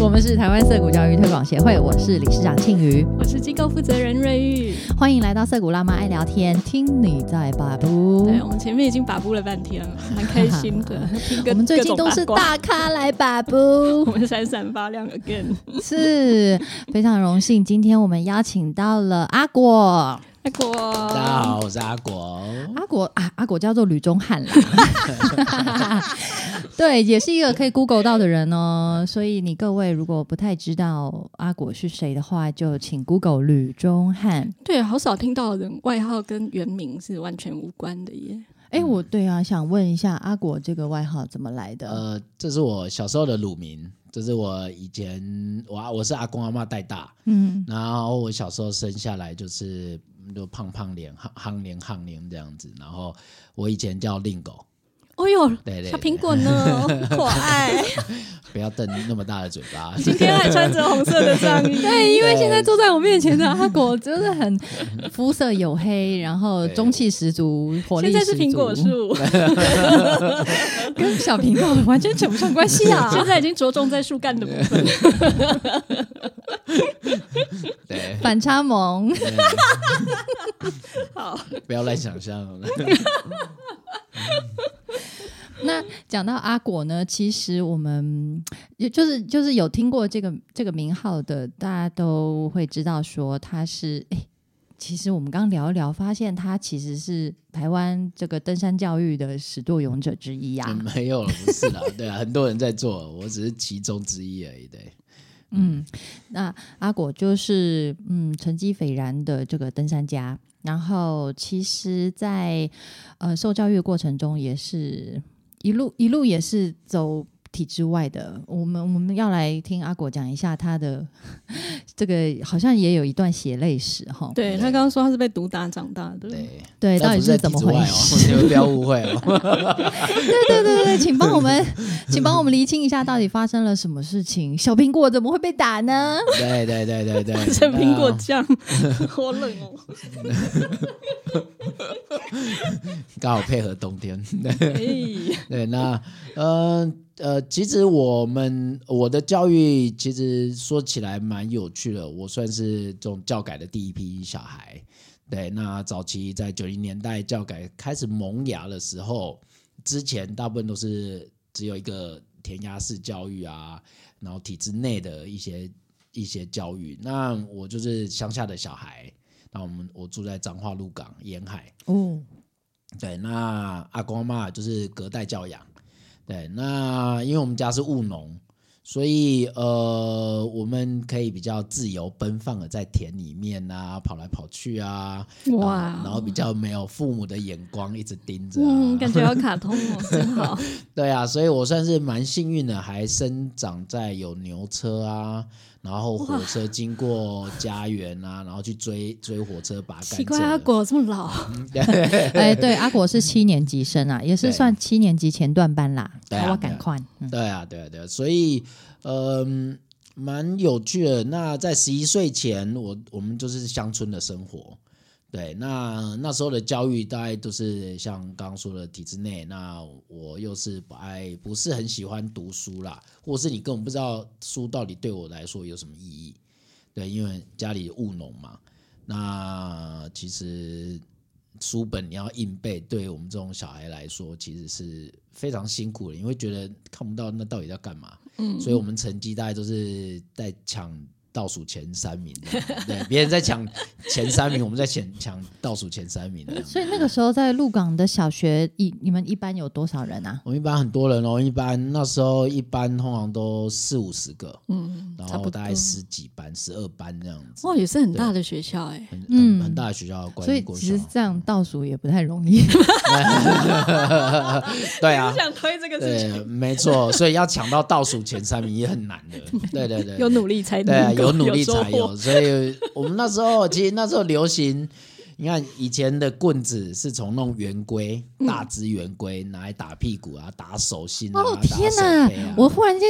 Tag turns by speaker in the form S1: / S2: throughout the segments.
S1: 我们是台湾涩谷教育推广协会，我是理事长庆瑜，
S2: 我是机构负责人瑞玉。
S1: 欢迎来到涩谷辣妈爱聊天，听你在把布。
S2: 对，我们前面已经把布了半天 了，蛮开心的。听
S1: 我
S2: 各
S1: 们最
S2: 各
S1: 近
S2: 种
S1: 都
S2: 八
S1: 是
S2: 卦
S1: 大咖来把布
S2: 我，们闪闪发亮 again。
S1: 是非常荣幸，今天我们邀请到了阿果。
S2: 阿果，
S3: 大
S1: 嗯
S3: 家好，我是阿果。
S1: 阿果啊，阿果叫做吕中汉 啦，对，也是一个可以 Google 到的人哦。所以你各位如果不太知道阿果是谁的话，就请 Google 吕中汉。
S2: 对，好少听到人外号跟原名是完全无关的耶。
S1: 哎，
S2: 嗯
S1: 我对啊，想问一下阿果这个外号怎么来的？
S3: 呃，这是我小时候的乳名，这是我以前我阿我是阿公阿妈带大，
S1: 嗯，
S3: 然后我小时候生下来就是就胖胖脸、夯夯脸、夯脸这样子。然后我以前叫令狗，
S2: 哦哟，
S3: 对对
S2: 小苹果 呢？可爱，
S3: 不要瞪那么大的嘴 巴。
S2: 今天还穿着红色的上衣。 对，
S1: 因为现在坐在我面前的阿 果真的很肤色黝黑，然后
S3: 对
S1: 中气十足，活力
S2: 现
S1: 十足。
S2: 在是苹果， 树，
S1: 跟 小苹果完全扯不
S2: 哎
S1: 上关 系 啊。
S2: 现在已经着重在树干的部分。
S3: 对，
S1: 反差萌。
S2: 好，
S3: 不要乱 想象。
S1: 那讲到阿果呢，其实我们也就是就是有听过这个这个名号的，大家都会知道说他是诶，其实我们刚聊一聊，发现他其实是台湾这个登山教育的始作俑者之一啊。
S3: 没有了，不是啦，对啊，很多人在做，我只是其中之一而已。对，
S1: 嗯，那阿果就是嗯成绩斐然的这个登山家，然后其实在，呃受教育的过程中也是一路一路也是走体制外的。我们我们要来听阿果讲一下他的 这个，好像也有一段血泪史哈。
S2: 对他刚刚说他是被毒打长大的。
S3: 对，
S1: 嗯对，到
S3: 但
S1: 底
S3: 不在
S1: 怎么
S3: 体制
S1: 回
S3: 外
S1: 事？
S3: 哦，你们不要误会哦。
S1: 对对对对，请帮我们，请帮我们厘清一下，到底发生了什么事情？小苹果怎么会被打呢？
S3: 对对对对对，
S2: 这苹果
S3: 那
S2: 酱， 好冷 哦！
S3: 刚好配合冬天。
S2: 哎，
S3: 对，那呃呃，其实我们我的教育其实说起来蛮有趣的，我算是这种教改的第一批小孩。对，那早期在九零年代教改开始萌芽的时候，之前大部分都是只有一个填鸭式教育啊，然后体制内的一些一些教育。那我就是乡下的小孩，那我们我住在彰化鹿港沿海，
S1: 哦，
S3: 对，那阿公阿妈就是隔代教养。对，那因为我们家是务农，所以呃，我们可以比较自由奔放的在田里面啊，跑来跑去啊，然后然后比较没有父母的眼光一直盯着、啊，
S2: 哦嗯，感觉好卡通哦，真 好。
S3: 对啊，所以我算是蛮幸运的，还生长在有牛车啊，然后火车经过家园啊，然后去追追火车拔杆。
S2: 奇怪，阿，果这么老，
S1: 哎，对，阿果是七年级生啊，也是
S3: 嗯对
S1: 算七年级前段班啦。
S3: 对啊
S1: 好我
S3: 对啊
S1: 赶快，嗯，
S3: 对啊，对啊，对啊，所以嗯，蛮有趣的。那在十一岁前，我我们就是乡村的生活。对，那那时候的教育大概都是像刚刚说的体制内。那我又是不爱，不是很喜欢读书啦，或是你根本不知道书到底对我来说有什么意义。对，因为家里务农嘛，那其实书本你要硬背，对我们这种小孩来说，其实是非常辛苦的。你会觉得看不到那到底在干嘛，
S2: 嗯，
S3: 所以我们成绩大概都是在抢倒数前三名这样子，对，别人在抢前三名，我们在抢抢倒数前三名这样子。
S1: 所以那个时候在鹿港的小学，一你们一般有多少人啊？
S3: 我们一般很多人哦，一般那时候一般通常都四五十个，
S2: 嗯，
S3: 然
S2: 差不
S3: 后
S2: 多
S3: 大概十几班、十二班这样子，
S2: 哦，也是很大的学校哎、
S3: 很很
S1: 嗯
S3: 很大的学校的关
S1: 所以
S3: 于国
S1: 其
S3: 小嗯
S1: 实，这样倒数也不太容易。
S3: 对啊，
S2: 想推这个
S3: 对，没错，所以要抢到倒数前三名也很难的。对对对，
S2: 有努力才
S3: 对、啊，
S2: 能够
S3: 有努力
S2: 收
S3: 才
S2: 获
S3: 有。所以我们那时候其实那时候流行，你看以前的棍子是从那种圆规、大只圆规拿来打屁股啊、打手心啊、
S1: 哦
S3: 打
S1: 天
S3: 手
S1: 哪
S3: 背啊，
S1: 我忽然间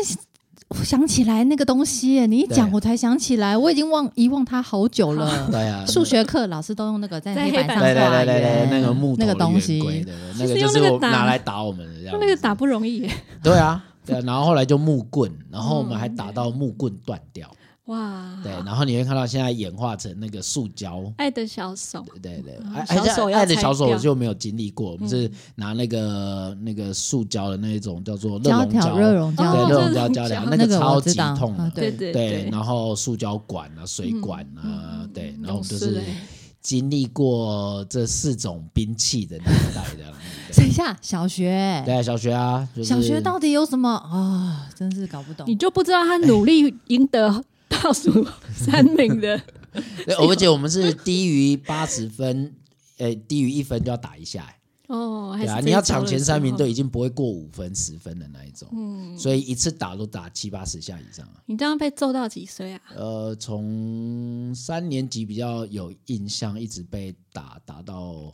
S1: 想起来那个东西耶，你一讲
S3: 对
S1: 我才想起来，我已经忘遗忘它好久了。
S3: 对 啊，
S1: 数学课老师都用那个在
S2: 在
S1: 黑板
S2: 黑
S1: 上
S2: 板
S1: 画
S3: 对对对对对
S1: 圆，，
S3: 那个木头
S1: 那
S3: 的
S1: 个东
S3: 圆规
S1: 西。
S3: 对对，那
S2: 其实
S3: 个就
S2: 用
S3: 是
S2: 那个
S3: 我
S2: 打
S3: 拿来打我们的这样
S2: 那
S3: 子。
S2: 个打不容易、欸，
S3: 对啊，对啊，然后后来就木棍，然后我们还打到木棍断掉，
S2: 哇，
S3: 对，然后你会看到现在演化成那个塑胶，
S2: 爱的小手，
S3: 对对，
S2: 嗯
S3: 爱
S2: 小手要
S3: 爱的
S2: 拆
S3: 小手
S2: 掉
S3: 我就没有经历过，我们是拿那个那个塑胶的那一种叫做热
S1: 胶
S3: 熔胶，
S1: 条热熔胶，
S3: 对
S2: 哦
S3: 热
S2: 热
S3: 熔胶
S2: 熔
S3: 胶
S2: 胶
S3: 梁，
S1: 那
S3: 个
S1: 个我
S3: 超
S1: 知
S3: 级
S1: 道
S3: 痛
S1: 啊
S3: 的，
S1: 对
S2: 对
S3: 对，
S2: 对，
S3: 然后塑胶管啊、水管啊，对，然后我们就
S2: 嗯懂事
S3: 是
S2: 欸
S3: 经历过这四种兵器的年代的，
S1: 等一下，小学，
S3: 对，小学啊，就是
S1: 小学到底有什么啊、真是搞不懂
S2: 你。就不知道他努力赢得倒数三名的，
S3: 对，啊而且我们是低于八十分，呃，低于一分就要打一下、欸，
S2: 哦，还
S3: 对
S2: 是
S3: 啊，
S2: 这
S3: 你要
S2: 一招
S3: 抢
S2: 的
S3: 前
S2: 时
S3: 三名
S2: 候
S3: 都已经不会过五分、十分的那一种，嗯，所以一次打都打七八十下以上啊。
S2: 你这样被揍到几岁啊？
S3: 呃，从三年级比较有印象，一直被打打到，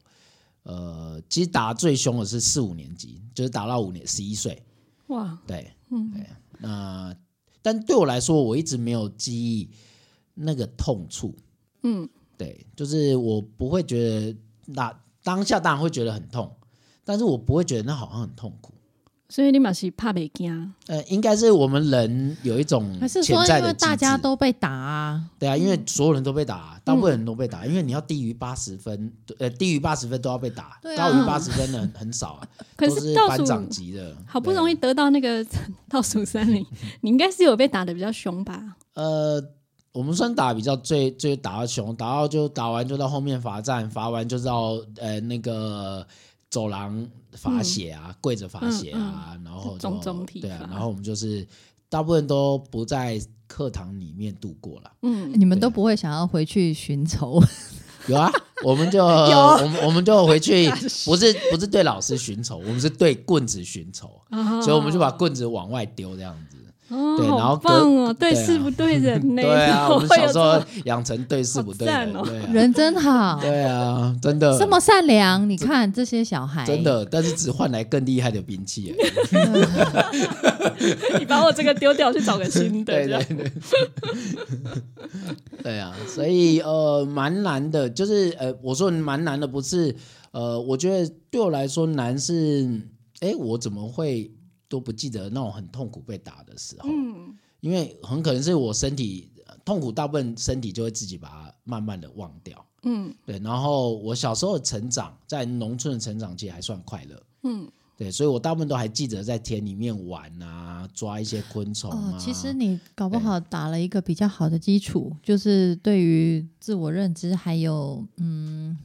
S3: 呃，其实打最凶的是四五年级，就是打到五年十一岁，
S2: 哇，
S3: 对，嗯，对，那但对我来说，我一直没有记忆那个痛处，
S2: 嗯，
S3: 对，就是我不会觉得那当下当然会觉得很痛，但是我不会觉得那好像很痛苦。
S2: 所以你嘛是怕被惊，
S3: 呃，应该是我们人有一种
S1: 还是
S3: 嗯潜
S1: 说，
S3: 在
S1: 因
S3: 的
S1: 为
S3: 机制
S1: 大家都嗯被打啊，
S3: 对啊，因为所有人都被打、大部分人都被打，因为你要低于八十分，呃，低于八十分都要被打，
S1: 对啊
S3: 高于八十分的很很 少啊，
S2: 可
S3: 都是
S2: 倒
S3: 班
S2: 数
S3: 长级的，
S2: 好不
S3: 对
S2: 容易得到那个 倒数三名，你应该是有被打的比较凶吧？
S3: 呃，我们算打比较最最打到穷，打到就打完就到后面罚站，罚完就到呃那个走廊罚写
S2: 嗯
S3: 啊，跪着罚写啊，然后就
S2: 种种体
S3: 对啊
S2: 罚，
S3: 然后我们就是大部分都不在课堂里面度过了。
S2: 嗯，
S1: 你们都不会想要回去寻 仇，
S3: 有啊，我们就我们我们就回去，不是不是对老师寻仇，我们是对棍子寻仇，嗯所以我们就把棍子往外丢这样子。
S2: 哦，
S3: 对然后
S2: 好
S3: 隔
S2: 棒哦，对
S3: 对啊
S2: 事不对人呢，
S3: 对 啊，
S2: 怎么
S3: 我们
S2: 会
S3: 小
S2: 有
S3: 时
S2: 这
S3: 候
S2: 种
S3: 养成对事不对人，
S2: 好赞哦
S3: 对啊。
S1: 人真好，
S3: 对啊，真的，
S1: 这么善良。你看这些小孩，
S3: 真的，但是只换来更厉害的兵器而 已。
S2: 你把我这个 丢掉去找个新的，
S3: 对
S2: 这样
S3: 对对，对啊，所以呃，蛮难的，就是呃，我说蛮难的，不是呃，我觉得对我来说难是，哎，我怎么会都不记得那种很痛苦被打的时候？
S2: 嗯，
S3: 因为很可能是我身体痛苦，大部分身体就会自己把它慢慢的忘掉。
S2: 嗯
S3: 对，然后我小时候的成长，在农村的成长其实还算快乐。
S2: 嗯，
S3: 对，所以我大部分都还记得在田里面玩啊，抓一些昆虫啊。
S1: 哦，其实你搞不好打了一个比较好的基础，就是对于自我认知，还有嗯，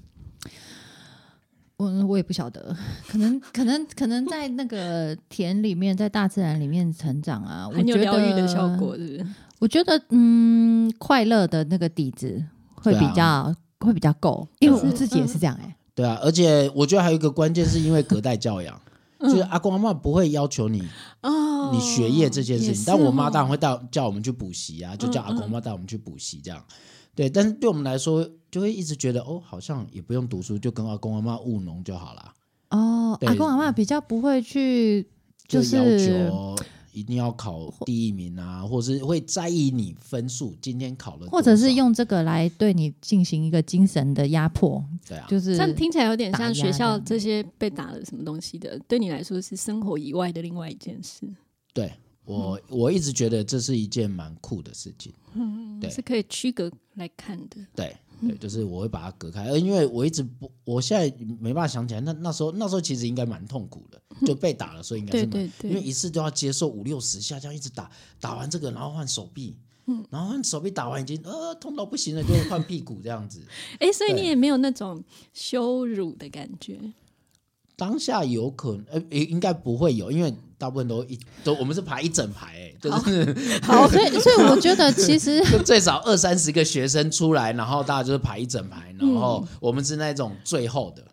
S1: 我我也不晓得， 可能可能可能在那个田里面，在大自然里面成长啊，我
S2: 很有
S1: 觉
S2: 疗愈
S1: 得
S2: 的效。果，是不是？
S1: 我觉得嗯，快乐的那个底子会
S3: 对啊
S1: 比较、会比较够，因为
S3: 对啊
S1: 我自己也是这样哎、
S2: 欸
S3: 对啊，而且我觉得还有一个关键是因为隔代教 养，
S1: 嗯
S3: 就是阿公阿妈不会要求你
S2: 哦，
S3: 你学业这件事
S2: 也
S3: 情，
S2: 是
S3: 但我妈
S2: 哦
S3: 当然会带叫我们去补习啊，
S1: 嗯
S3: 就叫阿公阿妈带我们去补习这样。对，但是对我们来说，就会一直觉得哦，好像也不用读书，就跟阿公阿妈务农就好啦。
S1: 哦，
S3: 对
S1: 阿公阿嬷比较不会去，就
S3: 要
S1: 是
S3: 求一定要考第一名啊，或是会在意你分数，今天考了多少，
S1: 或者是用这个来对你进行一个精神的压迫，
S3: 对啊，
S1: 就是
S2: 这样听起来有点
S1: 打压
S2: 像学
S1: 这
S2: 校
S1: 样
S2: 这些被打了什么东西的，对你来说是生活以外的另外一件事，
S3: 对我，
S2: 嗯
S3: 我一直觉得这是一件蛮酷的事情。对
S2: 是可以区隔来看的。
S3: 对，
S2: 嗯
S3: 对，就是我会把它隔开，呃因为我一直不，我现在没办法想起来，那那时候那时候其实应该蛮痛苦的，就被打了，所以应该是
S2: 嗯对
S3: 蛮，
S2: 对
S3: 因为
S2: 对，
S3: 一次都要接受五六十下，这样一直打，打完这个然后换手臂。
S2: 嗯
S3: 然后换手臂打完已经呃痛到不行了，就换屁股这 样子。
S2: 哎，所以
S3: 对
S2: 你也没有那种羞辱的感觉，
S3: 当下有可能呃应应该不会有，因为大部分都一都我们是排一整排、欸，就是
S1: 好， 所以所以我觉得其 实
S3: 就 最少二三十个学生出来，然后大家就是排一整排，然
S2: 嗯
S3: 后我们是那种最后的，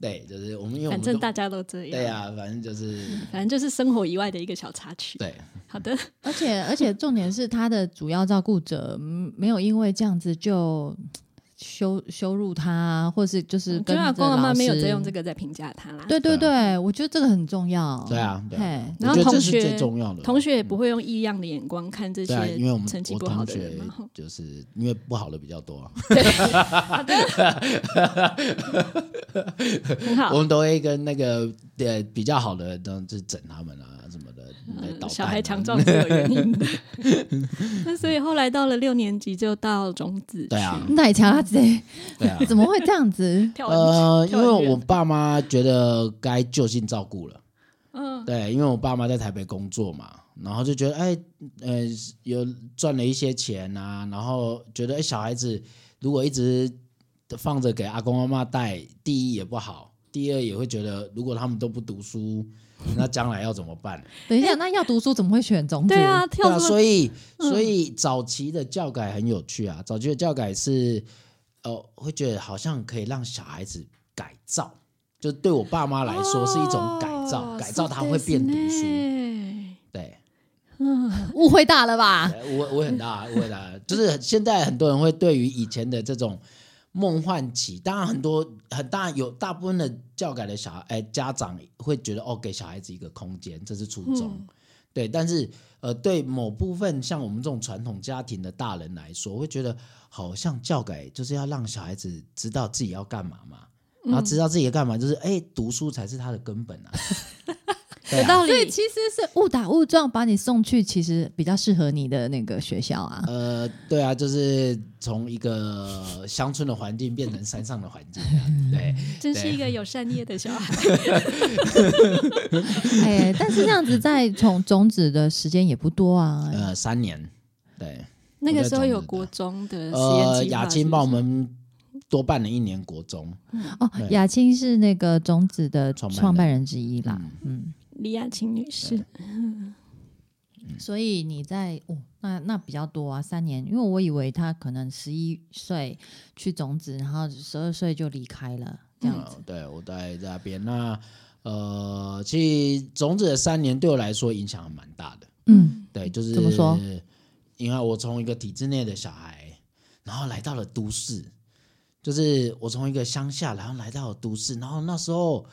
S3: 对，就是我们因为我
S2: 反
S3: 们
S2: 正
S3: 都
S2: 大家都这样。
S3: 对啊，反正就是
S2: 反正就是生活以外的一个小插曲。
S3: 对
S2: 好的，
S1: 而且而且重点是他的主要照顾者嗯没有因为这样子就羞羞辱他，或是就是
S2: 我觉
S1: 跟
S2: 得阿
S1: 着
S2: 公阿妈
S1: 老
S2: 没有
S1: 师
S2: 在用这个在评价他啦。
S1: 对对
S3: 对
S1: 对，我觉得这个很重要。
S3: 对啊，对啊
S1: 嘿，
S3: 我
S2: 哦然后
S3: 觉得这
S2: 同
S3: 是
S2: 学
S3: 最重要的。
S2: 同学也不会用异样的眼光看这
S3: 对啊，
S2: 些
S3: 因为我们
S2: 成绩
S3: 我
S2: 不好
S3: 同
S2: 的人
S3: 学
S2: 嘛。吼
S3: 就是因为不好的比较多啊，
S2: 很好
S3: 我，们都会跟那个对比较好的，当然就是整他们啊什么的，来捣蛋啊
S2: 嗯小孩强壮是有原因 的。那所以后来到了六年级，就到种子
S3: 对啊
S2: 去
S1: 奶茶拉姐
S3: 对啊，
S1: 怎么会这样子？
S2: 跳完
S3: 呃，因
S2: 跳完
S3: 为
S2: 远
S3: 我爸妈觉得该就近照顾了。
S2: 嗯
S3: 对，因为我爸妈在台北工作嘛，然后就觉得哎，呃，有赚了一些钱啊，然后觉得哎，小孩子如果一直放着给阿公阿妈带，第一也不好，第二也会觉得如果他们都不读书，那将来要怎么办？
S1: 等一下，那要读书怎么会选种子？
S2: 对啊，
S3: 对
S2: 跳
S3: 啊，
S2: 这么
S3: 所以所以早期的教改很有趣啊，早期的教改是呃，会觉得好像可以让小孩子改造，就对我爸妈来说是一种改造，
S2: 哦
S3: 改造他会变读
S2: 是的
S3: 书，
S2: 呢
S3: 对。
S1: 误会大了吧？
S3: 呃我我很大，我很大，就是现在很多人会对于以前的这种梦幻期，当然很多很大有大部分的教改的小孩，哎，家长会觉得哦，给小孩子一个空间，这是初衷。
S2: 嗯
S3: 对，但是呃，对某部分像我们这种传统家庭的大人来说，会觉得好像教改就是要让小孩子知道自己要干嘛嘛，然后知道自己要干嘛，就是哎，读书才是他的根本啊。对
S2: 有
S3: 啊，
S2: 道
S1: 所以
S2: 理。
S1: 其实是误打误撞把你送去，其实比较适合你的那个学校 啊。
S3: 呃，对啊，就是从一个乡村的环境变成山上的环境这样子，对，
S2: 真是一个有善业的小孩，
S1: 哎，但是这样子在从 种子的时间也不多啊。
S3: 呃，三年，对，
S2: 那个时候有国中的实验
S3: 呃，
S2: 计划，
S3: 雅青帮我们多办了一年国中，
S1: 哦，雅青是那个种子的
S3: 创办人
S1: 创办人之一啦。嗯，
S2: 李雅琴女士，
S1: 所以你在哦，那那比较多啊，三年。因为我以为他可能十一岁去种子，然后十二岁就离开了，这样子。
S3: 嗯对我待在那边，那呃，其实种子的三年对我来说影响还蛮大的，
S1: 嗯，
S3: 对，就是
S1: 怎么说？
S3: 因为我从一个体制内的小孩，然后来到了都市，就是我从一个乡下，然后来到了都市，然后那时候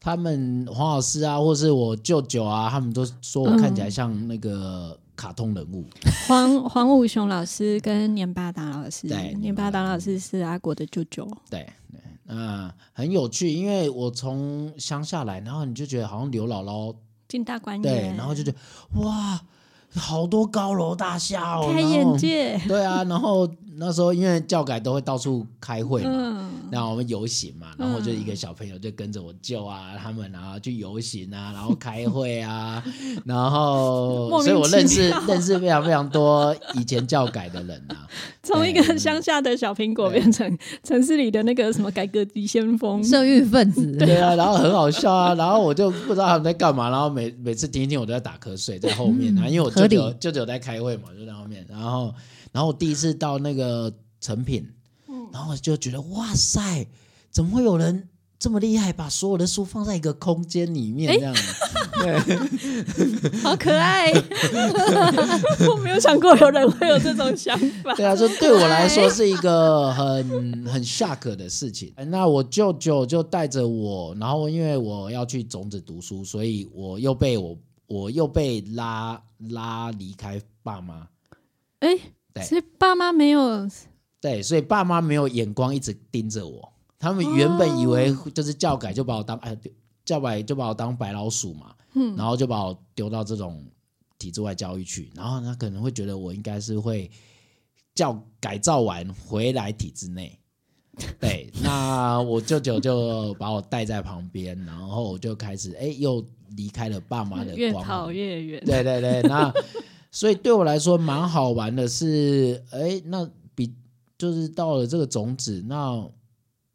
S3: 他们黄老师啊，或是我舅舅啊，他们都说我看起来像那个卡通人物，
S2: 黄黄武雄老师跟年巴达老师
S3: 对，
S2: 年巴达老师是阿国的舅舅，
S3: 对对，那很有趣，因为我从乡下来，然后你就觉得好像刘姥姥
S2: 进大观
S3: 对，
S2: 园，
S3: 然后就觉得哇，好多高楼大厦哦，
S2: 开
S3: 然后
S2: 眼界，
S3: 对啊，然后那时候因为教改都会到处开会嘛，
S2: 嗯，
S3: 然后我们游行嘛，然后就一个小朋友就跟着我舅啊他们啊去游 行啊，然后开会啊，然后
S2: 莫名
S3: 所以我认识
S2: 其妙
S3: 认识非常非常多以前教改的人啊，
S2: 从一个乡下的小苹果
S3: 对
S2: 变成城市里的那个什么改革急先锋，
S1: 社运分子。
S3: 对啊，然后很好笑啊，然后我就不知道他们在干嘛，然后每每次听一听我都在打瞌睡，在后面啊，因为我舅
S1: 合
S3: 舅
S1: 理
S3: 舅舅在开会嘛，就在后面，然后然后我第一次到那个成品，然后我就觉得哇塞，怎么会有人这么厉害，把所有的书放在一个空间里面这样子？
S2: 好可爱！ 我没有想过有人会有这种想法。
S3: 对啊，这对我来说是一个很很 shock 的事情。哎那我舅舅就带着我，然后因为我要去种子读书，所以我又被我我又被拉拉离开爸妈。
S2: 哎、
S3: 对
S2: 所以爸妈没有
S3: 对，所以爸妈没有眼光一直盯着我，他们原本以为就是教改就把我当哎教改就把我当白老鼠嘛，嗯，然后就把我丢到这种体制外教育去，然后他可能会觉得我应该是会教改造完回来体制内。对，那我舅舅就把我带在旁边，然后我就开始哎、又离开了爸妈的
S2: 越
S3: 光芒
S2: 跑越 远。
S3: 对对对，那所以对我来说蛮好玩的是，哎，那比就是到了这个种子，那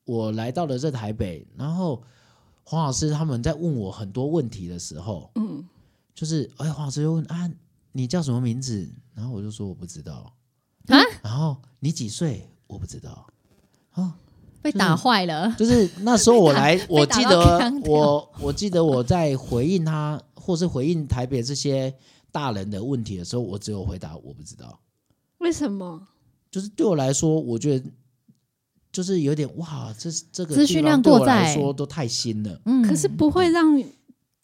S3: 我来到了这台北，然后黄老师他们在问我很多问题的时候，
S2: 嗯，
S3: 就是哎，黄老师就问啊，你叫什么名字？然后我就说我不知道
S1: 啊，
S3: 然后你几岁？我不知道。哦，
S1: 被打坏了。
S3: 就是那时候我来，我记
S1: 被打到哦
S3: 得
S1: 腔调
S3: 我我记得我在回应他，或是回应台北这些大人的问题的时候，我只有回答我不知道。
S2: 为什么？
S3: 就是对我来说，我觉得就是有点哇，这这个
S1: 资讯
S3: 地方
S1: 量
S3: 对我
S1: 过载
S3: 来说都太新了。
S1: 嗯，
S2: 可 是不会让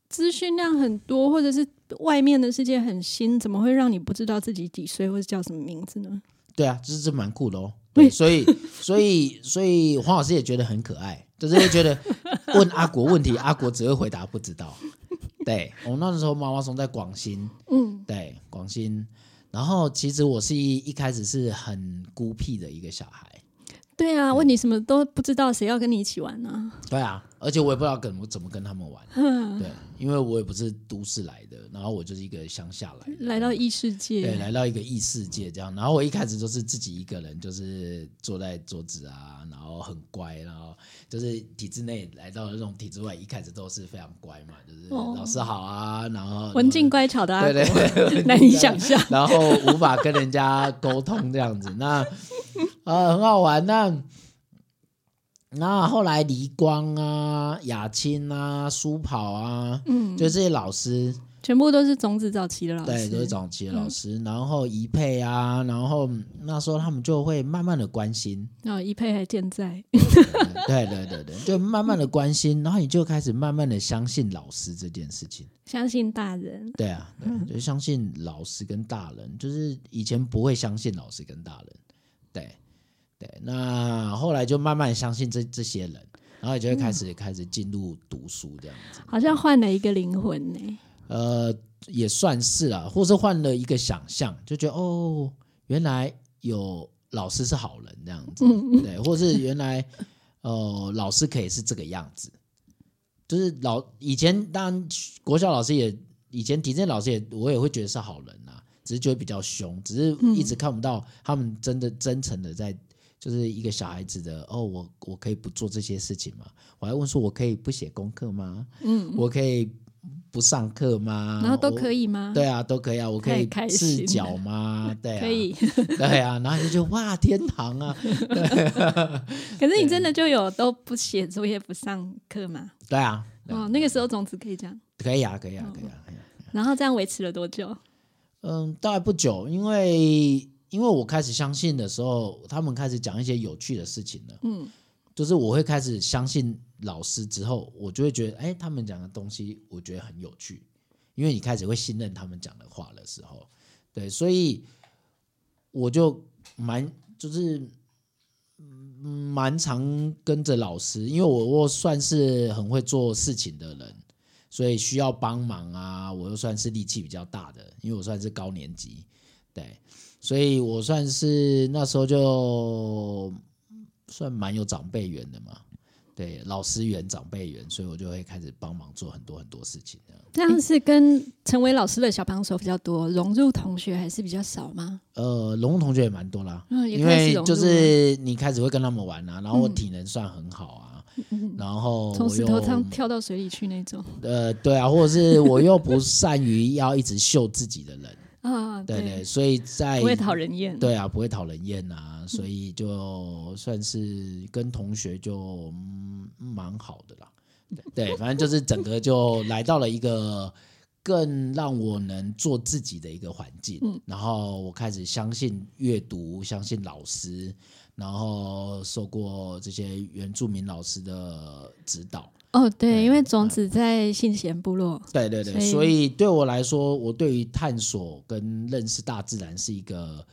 S2: 资讯量很多，或者是外面的世界很新，怎么会让你不知道自己几岁或者叫什么名字呢？
S3: 对啊，这这蛮酷的哦。
S2: 对
S3: 对，所以所以所以黄老师也觉得很可爱，就是会觉得问阿国问题，阿国只会回答不知道。对我那时候妈妈松在广兴，
S2: 嗯，
S3: 对广兴，然后其实我是一一开始是很孤僻的一个小孩，
S2: 对啊，问你什么都不知道，谁要跟你一起玩呢、
S3: 对啊，而且我也不知道怎么怎么跟他们玩，
S2: 啊
S3: 对，因为我也不是都市来的，然后我就是一个乡下来 的，
S2: 来到异世
S3: 对，
S2: 界，
S3: 来到一个异世界这样。然后我一开始就是自己一个人，就是坐在桌子啊，然后很乖，然后就是体制内来到了那种体制外，一开始都是非常乖嘛，就是
S2: 哦
S3: 老师好啊，然后
S2: 文静乖巧的阿
S3: 对对
S2: 国，
S3: 对，文 静
S2: 难以
S3: 乖
S2: 想象。
S3: 然后无法跟人家沟通这样子，那 呃很好玩。那那后来黎光啊、雅青啊、苏跑啊，
S2: 嗯，
S3: 就这些老师，
S2: 全部都是种子早期的老
S3: 对，
S2: 师，嗯
S3: 都是早期的老师。然后怡佩啊，然后那时候他们就会慢慢的关心，
S2: 然后一佩还健在，
S3: 对对对对，就慢慢的关心，然后你就开始慢慢的相信老师这件事情。
S2: 相信大人，
S3: 对啊，
S2: 嗯
S3: 对，就相信老师跟大人，就是以前不会相信老师跟大人，对对，那后来就慢慢相信这这些人，然后你就会
S2: 嗯
S3: 开始、开始进入读书这样子，
S2: 好像换了一个灵魂呢、
S3: 呃，也算是啦、或是换了一个想象，就觉得哦，原来有老师是好人这样子，对，或是原来呃老师可以是这个样子，就是老以前当然国小老师也以前体制老师也我也会觉得是好人啊，只是觉得比较凶，只是一直看不到他们真的真诚的在。就是一个小孩子的哦，我我可以不做这些事情吗？我还问说，我可以不写功课吗？嗯，我可以不上课吗？
S2: 然后都
S3: 我
S2: 可以吗？
S3: 对啊，都可以啊，我可
S2: 太
S3: 以
S2: 开心
S3: 赤
S2: 了
S3: 脚吗？对啊，
S2: 可， 以，
S3: 对啊，然后你就觉得哇，天堂啊，
S2: 可是你真的就有都不写作业、不上课吗？
S3: 对啊，对啊
S2: 哦，那个时候种子可以这样，
S3: 可以啊，可以啊，可以啊，可以啊
S2: 然后这样维持了多久？
S3: 嗯，大概不久，因为因为我开始相信的时候，他们开始讲一些有趣的事情了，
S2: 嗯，
S3: 就是我会开始相信老师之后，我就会觉得，哎，他们讲的东西我觉得很有趣，因为你开始会信任他们讲的话的时候，对，所以我就蛮就是嗯蛮常跟着老师，因为我我算是很会做事情的人，所以需要帮忙啊，我又算是力气比较大的，因为我算是高年级，对，所以我算是那时候就算蛮有长辈缘的嘛。对，老师缘、长辈缘，所以我就会开始帮忙做很多很多事情这样
S2: 这样是跟成为老师的小帮手比较多，融入同学还是比较少吗？
S3: 呃，龙龙同学也蛮多啦，
S2: 嗯，也
S3: 因
S2: 开始
S3: 为
S2: 融入
S3: 就
S2: 了
S3: 是你开始会跟他们玩啊，然后我
S2: 嗯
S3: 体能算很好啊，然后
S2: 从
S3: 我
S2: 石
S3: 又
S2: 头上跳到水里去那种
S3: 呃对啊，或者是我又不善于要一直秀自己的人，
S2: 啊，
S3: 对对，所以在
S2: 不会讨人厌，
S3: 对啊不会讨人厌啊，所以就算是跟同学就嗯蛮好的啦，对，对反正就是整个就来到了一个。更让我能做自己的一个环境，然后我开始相信阅读，相信老师，然后受过这些原住民老师的指导。
S2: 哦，
S3: 对
S2: 对，因为种子在信贤部落，
S3: 对对对，
S2: 所以
S3: 所以对我来说，我对于探索跟认识大自然是一个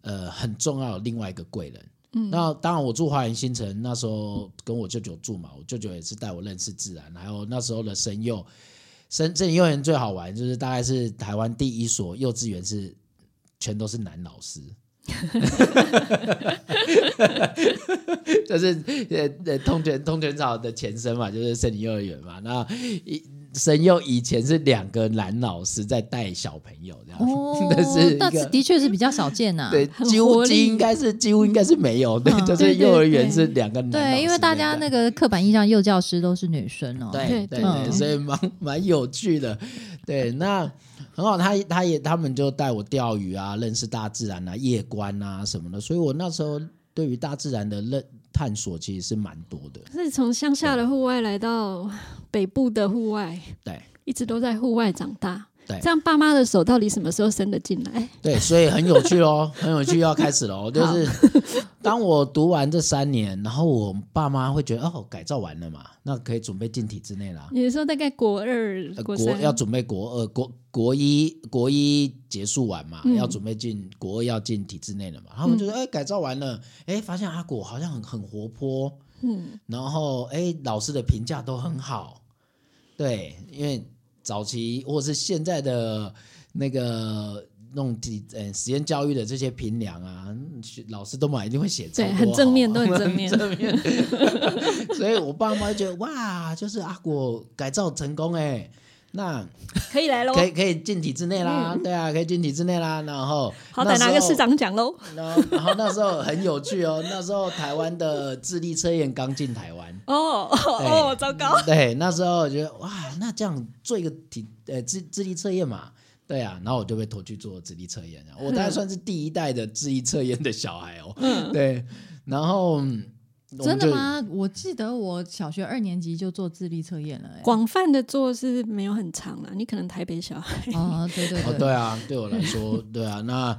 S3: 呃很重要的另外一个贵人。嗯，那当然，我住华园新城那时候跟我舅舅住嘛，我舅舅也是带我认识自然，还有那时候的神佑，深圳幼儿园最好玩，就是大概是台湾第一所幼稚园是全都是男老师。 就是呃呃，通泉通泉草的前身嘛，就是森林幼儿园嘛。那以神佑以前是两个男老师在带小朋友这样，
S1: 哦
S3: 那是一
S1: 但
S3: 个
S1: 的确是比较少见啊呐、
S3: 对，
S2: 很
S3: 几乎
S2: 活
S3: 几
S2: 力
S3: 应该是几乎应该是没有，对，
S1: 嗯
S3: 就是
S2: 对对
S3: 幼儿园
S2: 对
S3: 是两个男老
S1: 对，因为
S3: 师
S1: 大
S3: 在
S1: 家
S3: 带
S1: 那个刻板印象，幼教师都是女生哦。
S3: 对
S2: 对
S3: 对
S1: 对
S3: 对，
S1: 对
S3: 所以蛮蛮有趣的。对，那很好，他他也他们就带我钓鱼啊，认识大自然啊，夜观啊什么的，所以我那时候对于大自然的认探索其实是蛮多的。
S2: 是从乡下的户外来到北部的户外，
S3: 对
S2: 一直都在户外长大。
S3: 对呃
S2: 这样爸妈的手到底什么时候伸得进来？
S3: 对，所以很有趣哦，很有趣，要开始喽。就是 当我读完这三年，然后我爸妈会觉得哦，改造完了嘛，那可以准备进体制内啦。
S2: 你说大概国二、
S3: 呃
S2: 国
S3: 国
S2: 三
S3: 要准备国二、国国一、国一结束完嘛，
S2: 嗯
S3: 要准备进国二，要进体制内了嘛。他们就说：“哎、改造完了，哎，发现阿果好像很很活泼，
S2: 嗯，
S3: 然后哎，老师的评价都很好，对，因为早期或是现在的那个那种体呃实验教育的这些评量啊，学老师都嘛一定会写超
S2: 对，
S3: 多
S2: 很正面，
S3: 好
S2: 都很正 面。
S3: 所以我爸妈就觉得哇，就是阿果改造成功哎，那
S2: 可以来喽，
S3: 可以可以进体制内啦，对啊，可以进体制内啦，然后
S2: 嗯好歹拿个市
S3: 长。
S2: 长奖喽。
S3: 然后，然后那时候很有趣哦，那时候台湾的智力测验刚进台湾，
S2: 哦
S3: 哎
S2: 哦，糟糕，
S3: 对，那时候我觉得哇，那这样做一个体呃智智力测验嘛，对啊，然后我就被投去做智力测验
S2: 嗯
S3: 了，我大概算是第一代的智力测验的小孩哦，
S2: 嗯
S3: 对，然后嗯我
S1: 真
S3: 们
S1: 的
S3: 就
S1: 吗？我记得我小学二年级就做智力测验了、 欸，
S2: 广泛的做是没有很长啊啦，你可能台北小 孩，
S1: 哦，对对
S3: 哦，
S1: 对，
S3: 对啊，对我来说，对啊，那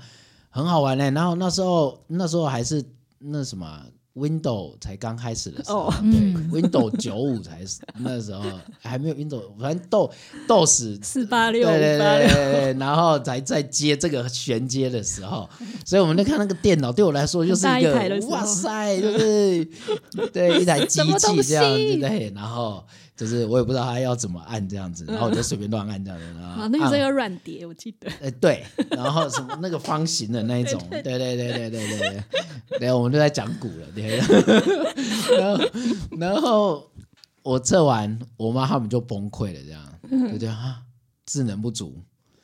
S3: 很好玩嘞、欸然后那时候那时候还是那什么啊 Windows 才刚开始的时候，
S2: 哦
S3: 对
S1: 嗯
S3: Windows 九五才是那时候还没有 Windows，反正豆豆死。
S2: 四八
S3: 对
S2: 六
S3: 对啊
S2: 五八
S3: 对
S2: 六，
S3: 对对，然后才在接这个衔接的时候，所以我们就看那个电脑，对我来说就是
S2: 很大一台
S3: 个
S2: 的时候
S3: 哇塞，就是对一台机
S1: 什么
S3: 器
S1: 东
S3: 这样子
S1: 西
S3: 对，然后就是我也不知道它要怎么按这样子，然后我就随便乱按这样子，然后
S2: 啊，那个时
S3: 按
S2: 候有软碟，我记得。
S3: 哎、对，然后什么那个方形的那一种，对对对对对对对，对，我们就在讲鼓了，对。然后然后我测完，我妈他们就崩溃了，这样，就觉得啊，智能不足，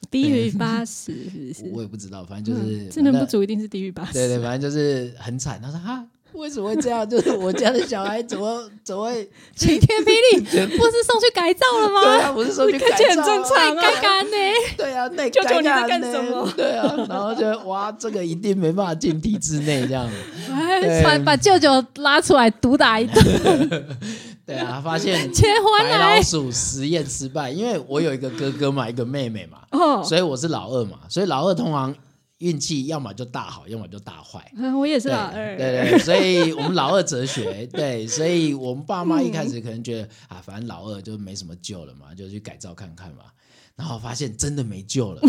S2: 低于八十 是不是？
S3: 我也不知道，反正就是、
S2: 嗯智能
S3: 反
S2: 不
S3: 正
S2: 足一定是低于八十。
S3: 对对，反正就是很惨。他说啊，为什么会这样？就是我家的小孩怎么怎么会？
S1: 晴天 霹雳，不是送去改造了
S3: 对
S1: 吗？
S3: 啊，不是说去改
S2: 看起来很
S3: 造
S2: 正
S3: 啊
S2: 常啊。
S1: 该干呢？
S3: 对 啊，那
S2: 舅舅
S3: 尴尬
S2: 你在干
S3: 呢
S2: 什么？
S3: 对啊，然后就哇，这个一定没办法进体制内这样。
S1: 哎把把舅舅拉出来毒打一顿，
S3: 对啊，发现
S1: 切换
S3: 白老
S1: 来。
S3: 鼠实验失败，因为我有一个哥哥嘛，一个妹妹嘛，
S2: 哦，
S3: 所以我是老二嘛，所以老二通常运气要么就大好，要么就大坏。
S2: 啊我也是
S3: 对
S2: 老二。
S3: 对对，所以我们老二 哲学，对，所以我们爸妈一开始可能觉得、啊，反正老二就没什么救了嘛，就去改造看看嘛。然后发现真的没救 了，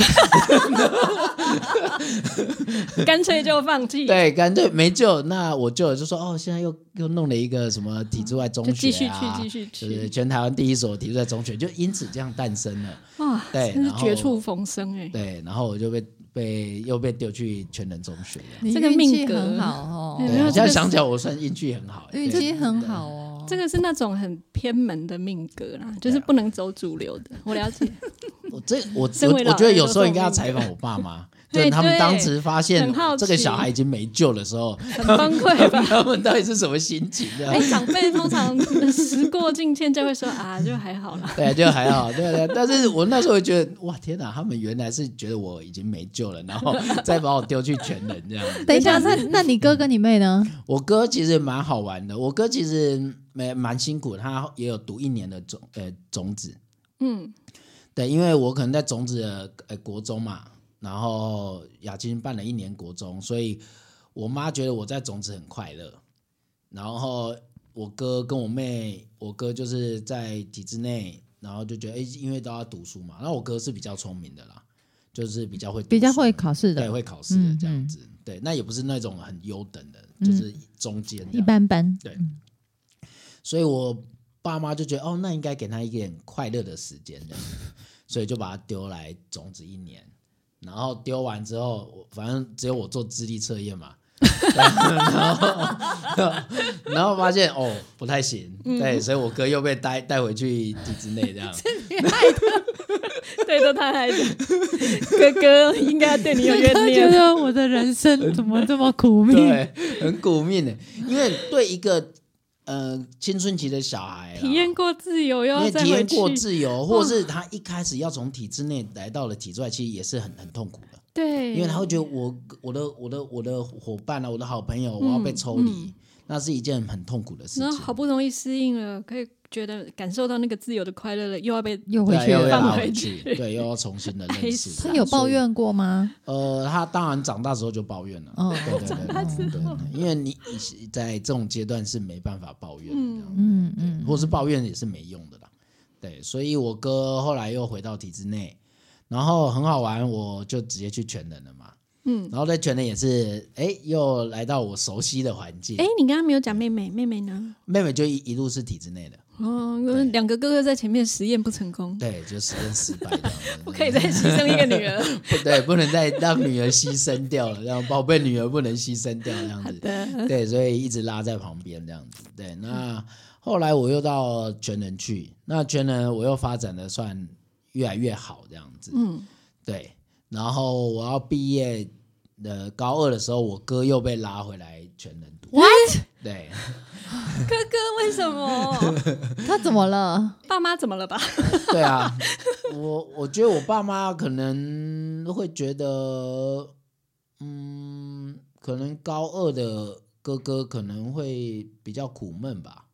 S2: 干脆就放弃，
S3: 对，干脆没救。那我舅就说，哦，现在又又弄了一个什么体制外中学、
S2: 就
S3: 啊，
S2: 继续去，继续
S3: 就是
S2: 去，
S3: 全台湾第一所体制外中学，就因此这样诞生 了。
S2: 哇，
S3: 对
S2: 真是
S3: 然后
S2: 绝处逢生哎！
S3: 对，然后我就被被又被丢去全能中学这
S1: 你
S3: 样。
S2: 这个
S1: 运
S2: 命
S1: 气
S2: 格
S1: 很好 哦，
S2: 对
S3: 对，
S2: 没有
S3: 我现
S2: 这
S3: 在
S2: 个
S3: 想
S2: 是
S3: 起来，我算运气很好。
S1: 运
S3: 对
S1: 气很好哦。
S2: 这个是那种很偏门的命格啦，
S3: 啊
S2: 就是不能走主流的。我了解，
S3: 我这我我
S2: 身为老
S3: 我觉得
S2: 人
S3: 有
S2: 都
S3: 时候
S2: 是
S3: 应该要
S2: 我们
S3: 采访我爸 妈，
S2: 对
S3: 就他们
S2: 对
S3: 当时发现
S2: 很好
S3: 这个
S2: 奇
S3: 小孩已经没救的时候，
S2: 很崩溃吧？
S3: 他们到底是什么心情呢
S2: 哎？，长辈通常呃时过境迁就会说啊，就还好啦。
S3: 对，就还好，对对。啊但是我那时候觉得，哇，天哪！他们原来是觉得我已经没救了，然 后再把我丢去全能这样子。
S1: 等一下，那那你哥跟你妹呢？
S3: 我哥其实蛮好玩的，我哥其实蛮蛮辛苦，他也有读一年的种呃种子，
S2: 嗯，
S3: 对，因为我可能在种子的呃国中嘛，然后雅金办了一年国中，所以我妈觉得我在种子很快乐。然后我哥跟我妹，我哥就是在体制内，然后就觉得哎，因为都要读书嘛，那我哥是比较聪明的啦，就是比较会读
S1: 比较
S3: 书
S1: 会考试
S3: 对
S1: 的，
S3: 会考试的
S1: 嗯
S3: 这样
S1: 嗯
S3: 子，对，那也不是那种很优等的，就是中间这
S1: 一
S3: 样
S1: 般般。
S3: 对，所以我爸妈就觉得哦，那应该给他一点快乐的时间的，所以就把他丢来种子一年，然后丢完之后，我反正只有我做智力测 验嘛。然后，然后发现哦不太行，
S2: 嗯
S3: 对，所以我哥又被带带回去体制内这样，
S2: 对，都他孩 子，哥哥应该对你 有怨
S1: 他觉
S2: 念。
S1: 得我的人 生怎么这么苦命？
S3: 对，很苦命的，因为对一个呃青春期的小孩啦
S2: 体验过自由，又
S3: 因
S2: 要
S3: 为
S2: 再
S3: 啊体
S2: 回
S3: 验
S2: 去，嗯
S3: 过自由，或是他一开始要从体制内来到了体制外，其实也是很很痛苦的，
S2: 对，
S3: 因为他会觉得我我的我的我的伙伴啊，我的好朋友，我要被抽离，那是一件很痛苦的事
S2: 然后
S3: 情。
S2: 好不容易适应了，可以觉得感受到那个自由的快乐了，又要被
S1: 又回
S3: 对
S1: 去
S3: 又要
S1: 了。
S2: 放
S3: 拉
S2: 回
S3: 回去，对，又要重新的认识。
S1: 他有抱怨过吗？
S3: 所以？呃，他当然长大之后就抱怨了。
S1: 哦
S3: 对对对
S2: 长大之后
S3: 对对因为你你在这种阶段是没办法抱怨的，
S1: 嗯嗯，
S3: 或是抱怨也是没用的啦。对，所以我哥后来又回到体制内，然后很好玩，我就直接去全能了嘛。
S2: 嗯，
S3: 然后在全能也是，哎，又来到我熟悉的环境。
S2: 哎，你刚刚没有讲妹妹，妹妹呢？
S3: 妹妹就一一路是体制内的，
S2: 哦，两个哥哥在前面实验不成功，
S3: 对，就实验失败这样子
S2: 不可以再牺牲一个女儿。
S3: 不对，不能再让女儿牺牲掉了，让宝贝女儿不能牺牲掉这样子。
S2: 对，
S3: 对，所以一直拉在旁边这样子。对，那后来我又到全能去，那全能我又发展的算越来越好这样子。
S2: 嗯，
S3: 对，然后我要毕业的高二的时候，我哥又被拉回来全能读。对，
S2: 哥哥为 什么？
S1: 他怎么了？
S2: 爸妈怎么了吧？
S3: 对啊，我我觉得我爸妈可能会觉得，嗯，可能高二的哥哥可能会比较苦闷吧。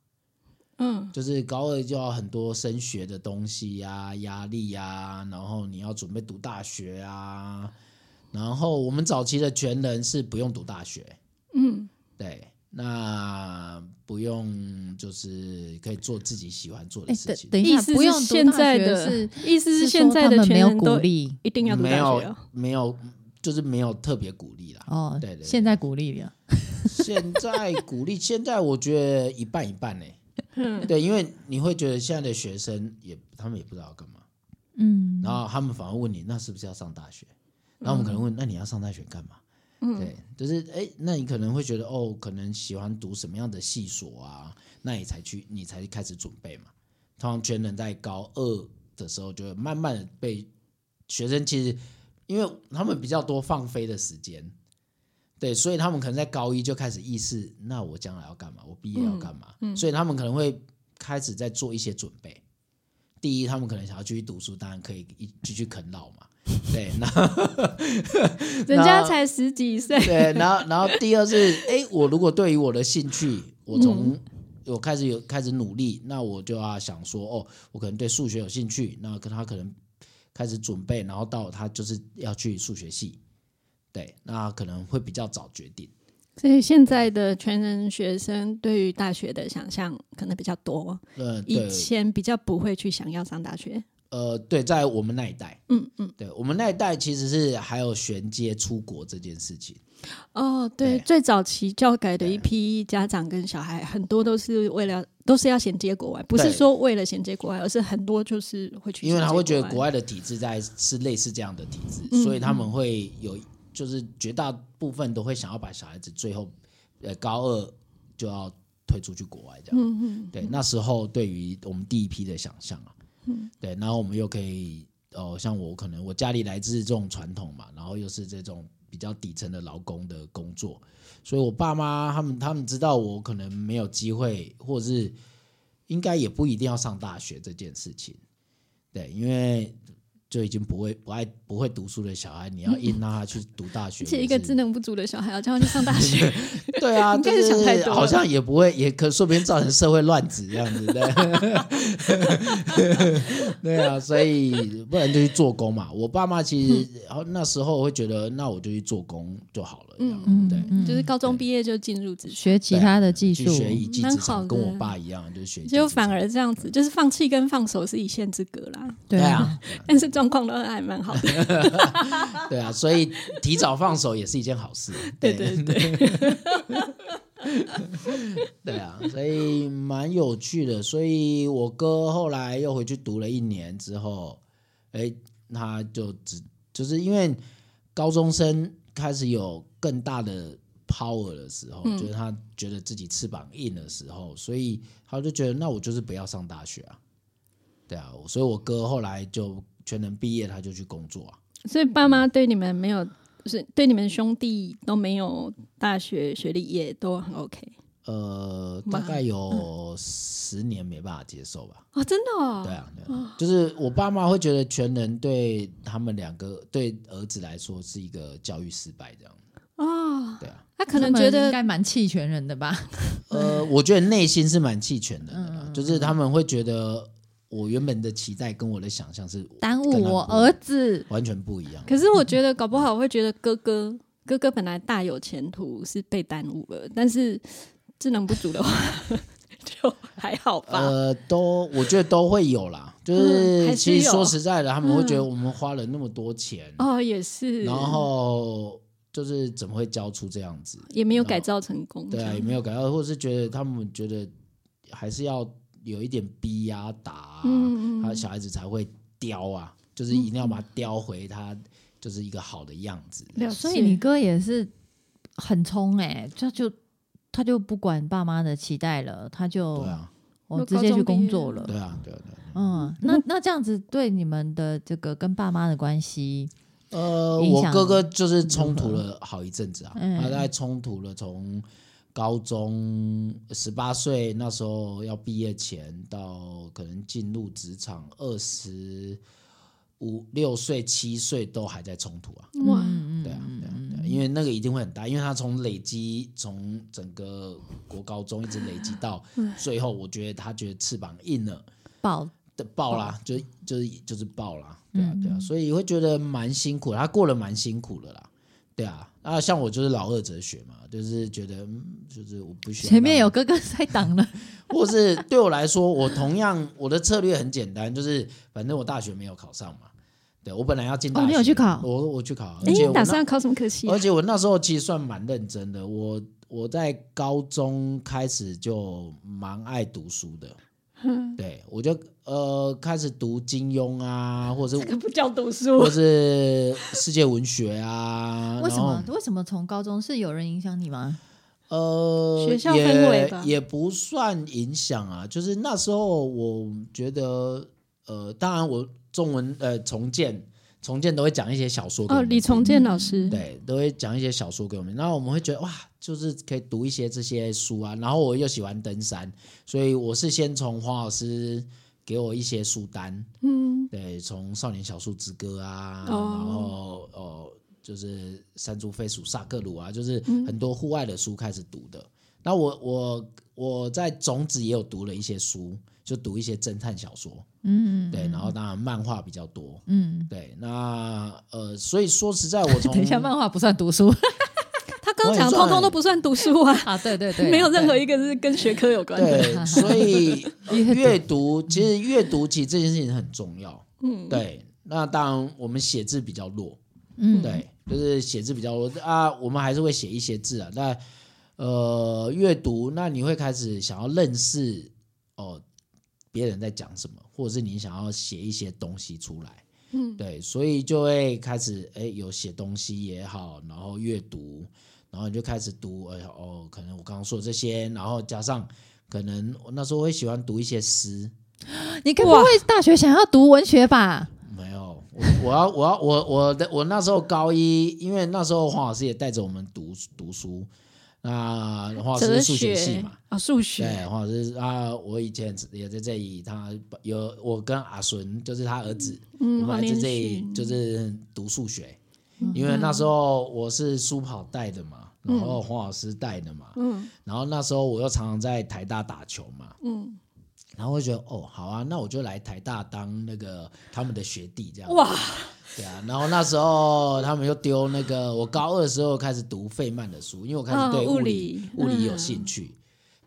S2: 嗯，
S3: 就是高二就要很多升学的东西呀、压力呀、然后你要准备读大学啊。然后我们早期的全人是不用读大学，
S2: 嗯，
S3: 对，那不用就是可以做自己喜欢做的
S1: 哎，
S3: 事
S1: 等
S3: 情。
S1: 等一
S2: 意
S1: 下，
S2: 思
S1: 不
S2: 是
S1: 用读
S2: 现
S1: 大
S2: 在
S1: 学
S2: 的
S1: 是，
S2: 意思
S1: 说
S2: 是现在
S1: 他
S2: 的
S1: 们
S2: 全
S1: 没有
S2: 人
S1: 鼓
S2: 都
S1: 励
S2: 一定要读
S3: 没
S2: 大学
S3: 有
S2: 哦。
S3: 没有，就是没有特别鼓励啦。
S1: 哦，
S3: 对对对
S1: 现在鼓励
S2: 啊
S1: 了，
S3: 现在鼓励，现在我觉得一半一半呢、
S2: 嗯，
S3: 对，因为你会觉得现在的学生也他们也不知道要干嘛。
S1: 嗯，
S3: 然后他们反而问你，那是不是要上大学？然后我们可能问，那你要上大学干嘛？对，就是哎，那你可能会觉得哦，可能喜欢读什么样的系所啊？那你才去，你才开始准备嘛。通常全能在高二的时候，就会慢慢的被学生其实，因为他们比较多放飞的时间，对，所以他们可能在高一就开始意识，那我将来要干嘛？我毕业要干嘛？所以他们可能会开始在做一些准备。第一，他们可能想要继续读书，当然可以一继续啃老嘛。 对，那，
S2: 人家才十几岁
S3: 对，然后然后第二是，哎，我如果对于我的兴趣，我从、
S2: 嗯
S3: 我开始有开始努力，那我就要想说，哦，我可能对数学有兴趣，那跟他可能开始准备，然后到他就是要去数学系，对，那可能会比较早决定。
S2: 所以现在的全人学生对于大学的想象可能比较多，
S3: 呃，对
S2: 以，前比较不会去想要上大学。
S3: 呃，对，在我们那一代，
S2: 嗯嗯，
S3: 对我们那一代其实是还有衔接出国这件事情。
S2: 哦，对，
S3: 对
S2: 最早期教改的一批家长跟小孩，很多都是为了都是要衔接国外，不是
S3: 对
S2: 说为了衔接国外，而是很多就是会去，
S3: 因为他会觉得国，外的体制在是类似这样的体制，
S2: 嗯
S3: 所以他们会有就是绝大部分都会想要把小孩子最后呃高二就要推出去国外这样。
S2: 嗯嗯，
S3: 对，那时候对于我们第一批的想象啊，对，然后我们又可以哦，像我可能我家里来自这种传统嘛，然后又是这种比较底层的劳工的工作，所以我爸妈他们他们知道我可能没有机会，或者是应该也不一定要上大学这件事情，对，因为。就已经不会不爱不会读书的小孩，你要硬让他去读大学，
S2: 而且一个
S3: 也是
S2: 智能不足的小孩要叫他去上大学，
S3: 对啊，
S2: 你
S3: 就
S2: 开始
S3: 是
S2: 想太多了
S3: 好像也不会，也可说不定造成社会乱子这样子的。 对啊，所以不然就去做工嘛。我爸妈其实、哦那时候会觉得，那我就去做工就好了，这样、
S1: 嗯
S3: 对。
S1: 嗯
S2: 就是高中毕业就进入职场，
S1: 学其他的技
S3: 啊去
S1: 术，
S3: 学一技之
S2: 嗯蛮好的
S3: 长，跟我爸一样，就是学一技之
S2: 就
S3: 长。
S2: 反而这样子，就是放弃跟放手是一线之隔啦。
S1: 对
S3: 对
S1: 啊，
S3: 啊，
S2: 但是状况都还蛮好的，
S3: 对啊，所以提早放手也是一件好 事。
S2: 对对对，
S3: 对啊，所以蛮有趣的。所以我哥后来又回去读了一年之后，哎，他就只就是因为高中生开始有更大的 power 的时候，
S2: 嗯
S3: 就是他觉得自己翅膀硬的时候，所以他就觉得那我就是不要上大学啊。对啊，所以我哥后来就全能毕业，他就去工作啊。
S2: 所以爸妈对你们没有，就是对你们兄弟都没有大学学历，也都很 OK
S3: 呃，
S2: 妈
S3: 大概有十年没办法接受吧。
S2: 哦，真的、嗯哦
S3: 对，啊，对啊，就是我爸妈会觉得全能对他们两个对儿子来说是一个教育失败这样。
S2: 哦，
S3: 对啊，
S2: 他可能
S1: 他们
S2: 觉得
S1: 应该蛮弃权人的吧？
S3: 呃，我觉得内心是蛮弃权的
S2: 嗯
S3: 啦，就是他们会觉得我原本的期待跟我的想象是
S1: 耽误
S3: 跟他
S1: 我
S3: 不
S1: 儿子，
S3: 完全不一样。
S2: 可是我觉得搞不好会觉得哥哥哥哥本来大有前途是被耽误了，但是智能不足的话 就还好吧。
S3: 呃，都我觉得都会有啦，就
S2: 嗯还是
S3: 是其实
S2: 有嗯哦
S3: 说实在的，他们会觉得我们花了那么多钱，
S2: 哦，也是。
S3: 然后就是怎么会教出这样子？
S2: 也没有改造成功。
S3: 对
S2: 这
S3: 啊，
S2: 样
S3: 也没有改到，或者是觉得他们觉得还是要有一点逼呀、打、啊，
S2: 嗯嗯嗯
S3: 他小孩子才会雕啊，就是一定要把它雕回他就是一个好的样子。
S2: 了解
S1: 所以你哥也是很冲哎、他就他就不管爸妈的期待了，他就
S3: 对啊，
S1: 我、
S2: 那
S1: 直
S2: 高
S1: 接
S2: 中
S1: 去
S2: 毕
S1: 工
S2: 业
S1: 作了。
S3: 对啊，对啊，对啊。
S1: 嗯，那那这样子对你们的这个跟爸妈的关系，
S3: 呃，
S1: 影
S3: 我
S1: 响
S3: 哥哥就是冲突了好一阵子啊，
S1: 嗯
S3: 他大概冲突了从高中十八岁那时候要毕业前，到可能进入职场二十五六岁七岁都还在冲突啊。
S2: 哇，
S1: 嗯
S3: 对啊，对啊，对啊，因为那个一定会很大，因为他从累积从整个国高中一直累积到最后，我觉得他觉得翅膀硬了，
S1: 爆嗯
S3: 的爆啦，就就是就是爆啦，对啊，对啊，所以会觉得蛮辛苦的，他过得蛮辛苦的啦，对啊，那像我就是老二哲学嘛，就是觉得、嗯、就是我不需要
S1: 前面
S3: 让
S1: 有哥哥 在挡了，
S3: 或是对我来说，我同样我的策略很简单，就是反正我大学没有考上嘛，对我本来要进大
S1: 哦
S3: 学，
S1: 你有去考，
S3: 我我去考，啊而
S2: 哎，
S3: 且
S2: 你
S3: 我
S2: 打
S3: 那
S2: 算要考什么科系啊？
S3: 而且我那时候其实算蛮认真的，我我在高中开始就蛮爱读书 的，对我就呃开始读金庸啊，或者
S2: 这个
S3: 是
S2: 不叫读
S3: 或
S2: 书，
S3: 是世界文学啊
S1: 为什
S3: 然后
S1: 么？为什么从高中是有人影响你吗？
S3: 呃，
S2: 学校氛围吧
S3: 也也不算影响啊。就是那时候我觉得，呃，当然我中文呃重建重建都会讲一些小说给我
S2: 哦，
S3: 们
S2: 李
S3: 听
S2: 重建老师，
S3: 对，都会讲一些小说给我们，然后我们会觉得哇，就是可以读一些这些书啊。然后我又喜欢登山，所以我是先从黄老师给我一些书单，
S2: 嗯，
S3: 对，从《少年小树之歌》啊，
S2: 哦
S3: 然后哦，就是《山猪飞鼠萨克鲁》啊，就是
S1: 嗯
S3: 很多户外的书开始读的。那我我我在种子也有读了一些书，就读一些侦探小说，
S1: 嗯，
S3: 对，然后当然漫画比较多。
S1: 嗯，
S3: 对，那呃，所以说实在，我 从
S1: 等一下，漫画不算读书
S2: 他刚刚讲的
S3: 我
S2: 通
S3: 很帅
S2: 通都不算读书啊，
S1: 啊， 对对对，
S2: 没有任何
S1: 对
S2: 一个是跟学科有关的。
S3: 对，所以呃阅读其实阅读其实这件事情很重要。
S2: 嗯，
S3: 对，那当然我们写字比较弱，
S1: 嗯，
S3: 对，就是写字比较弱啊，我们还是会写一些字啊。那呃，阅读，那你会开始想要认识哦、别人在讲什么，或者是你想要写一些东西出来。
S2: 嗯，
S3: 对，所以就会开始哎，有写东西也好，然后阅读，然后你就开始读，哎哦，可能我刚刚说的这些，然后加上可能我那时候会喜欢读一些诗，
S1: 你该不会大学想要读文学吧？
S3: 没有，我我要我要我我的我那时候高一，因为那时候黄老师也带着我们读读书，那黄老师
S2: 哲
S3: 是数
S2: 学
S3: 学系嘛，
S2: 啊，数
S3: 对，
S2: 学，
S3: 黄老师啊，我以前也在这里，他有我跟阿顺，就是他儿子，
S2: 嗯，
S3: 我
S2: 黄
S3: 们还
S2: 连嗯
S3: 在这里
S2: 勋
S3: 就是读数学，因为那时候我是书跑带的嘛，然后黄老师带的嘛，
S2: 嗯
S3: 然后那时候我又常常在台大打球嘛，
S2: 嗯，
S3: 然后我就觉得哦，好啊，那我就来台大当那个他们的学弟这样。
S2: 哇，
S3: 对啊，然后那时候他们就丢那个，我高二的时候开始读费曼的书，因为我开始对
S2: 哦物
S3: 理、
S2: 理
S3: 物理有
S2: 嗯
S3: 兴趣，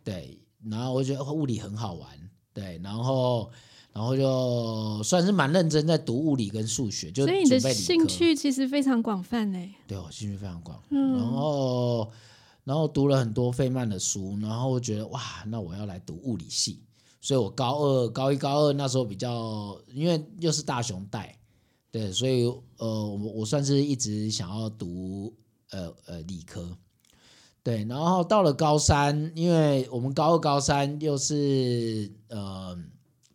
S3: 对，然后我就觉得哦物理很好玩，对，然后然后就算是蛮认真在读物理跟数学，就
S2: 所以你的
S3: 准备理科啊
S2: 兴趣其实非常广泛欸诶。
S3: 对我兴趣非常广，
S1: 嗯
S3: 然后然后读了很多费曼的书，然后觉得哇，那我要来读物理系，所以我高二、高一、高二那时候比较，因为又是大熊带，对，所以呃，我我算是一直想要读呃呃理科，对，然后到了高三，因为我们高二、高三又是呃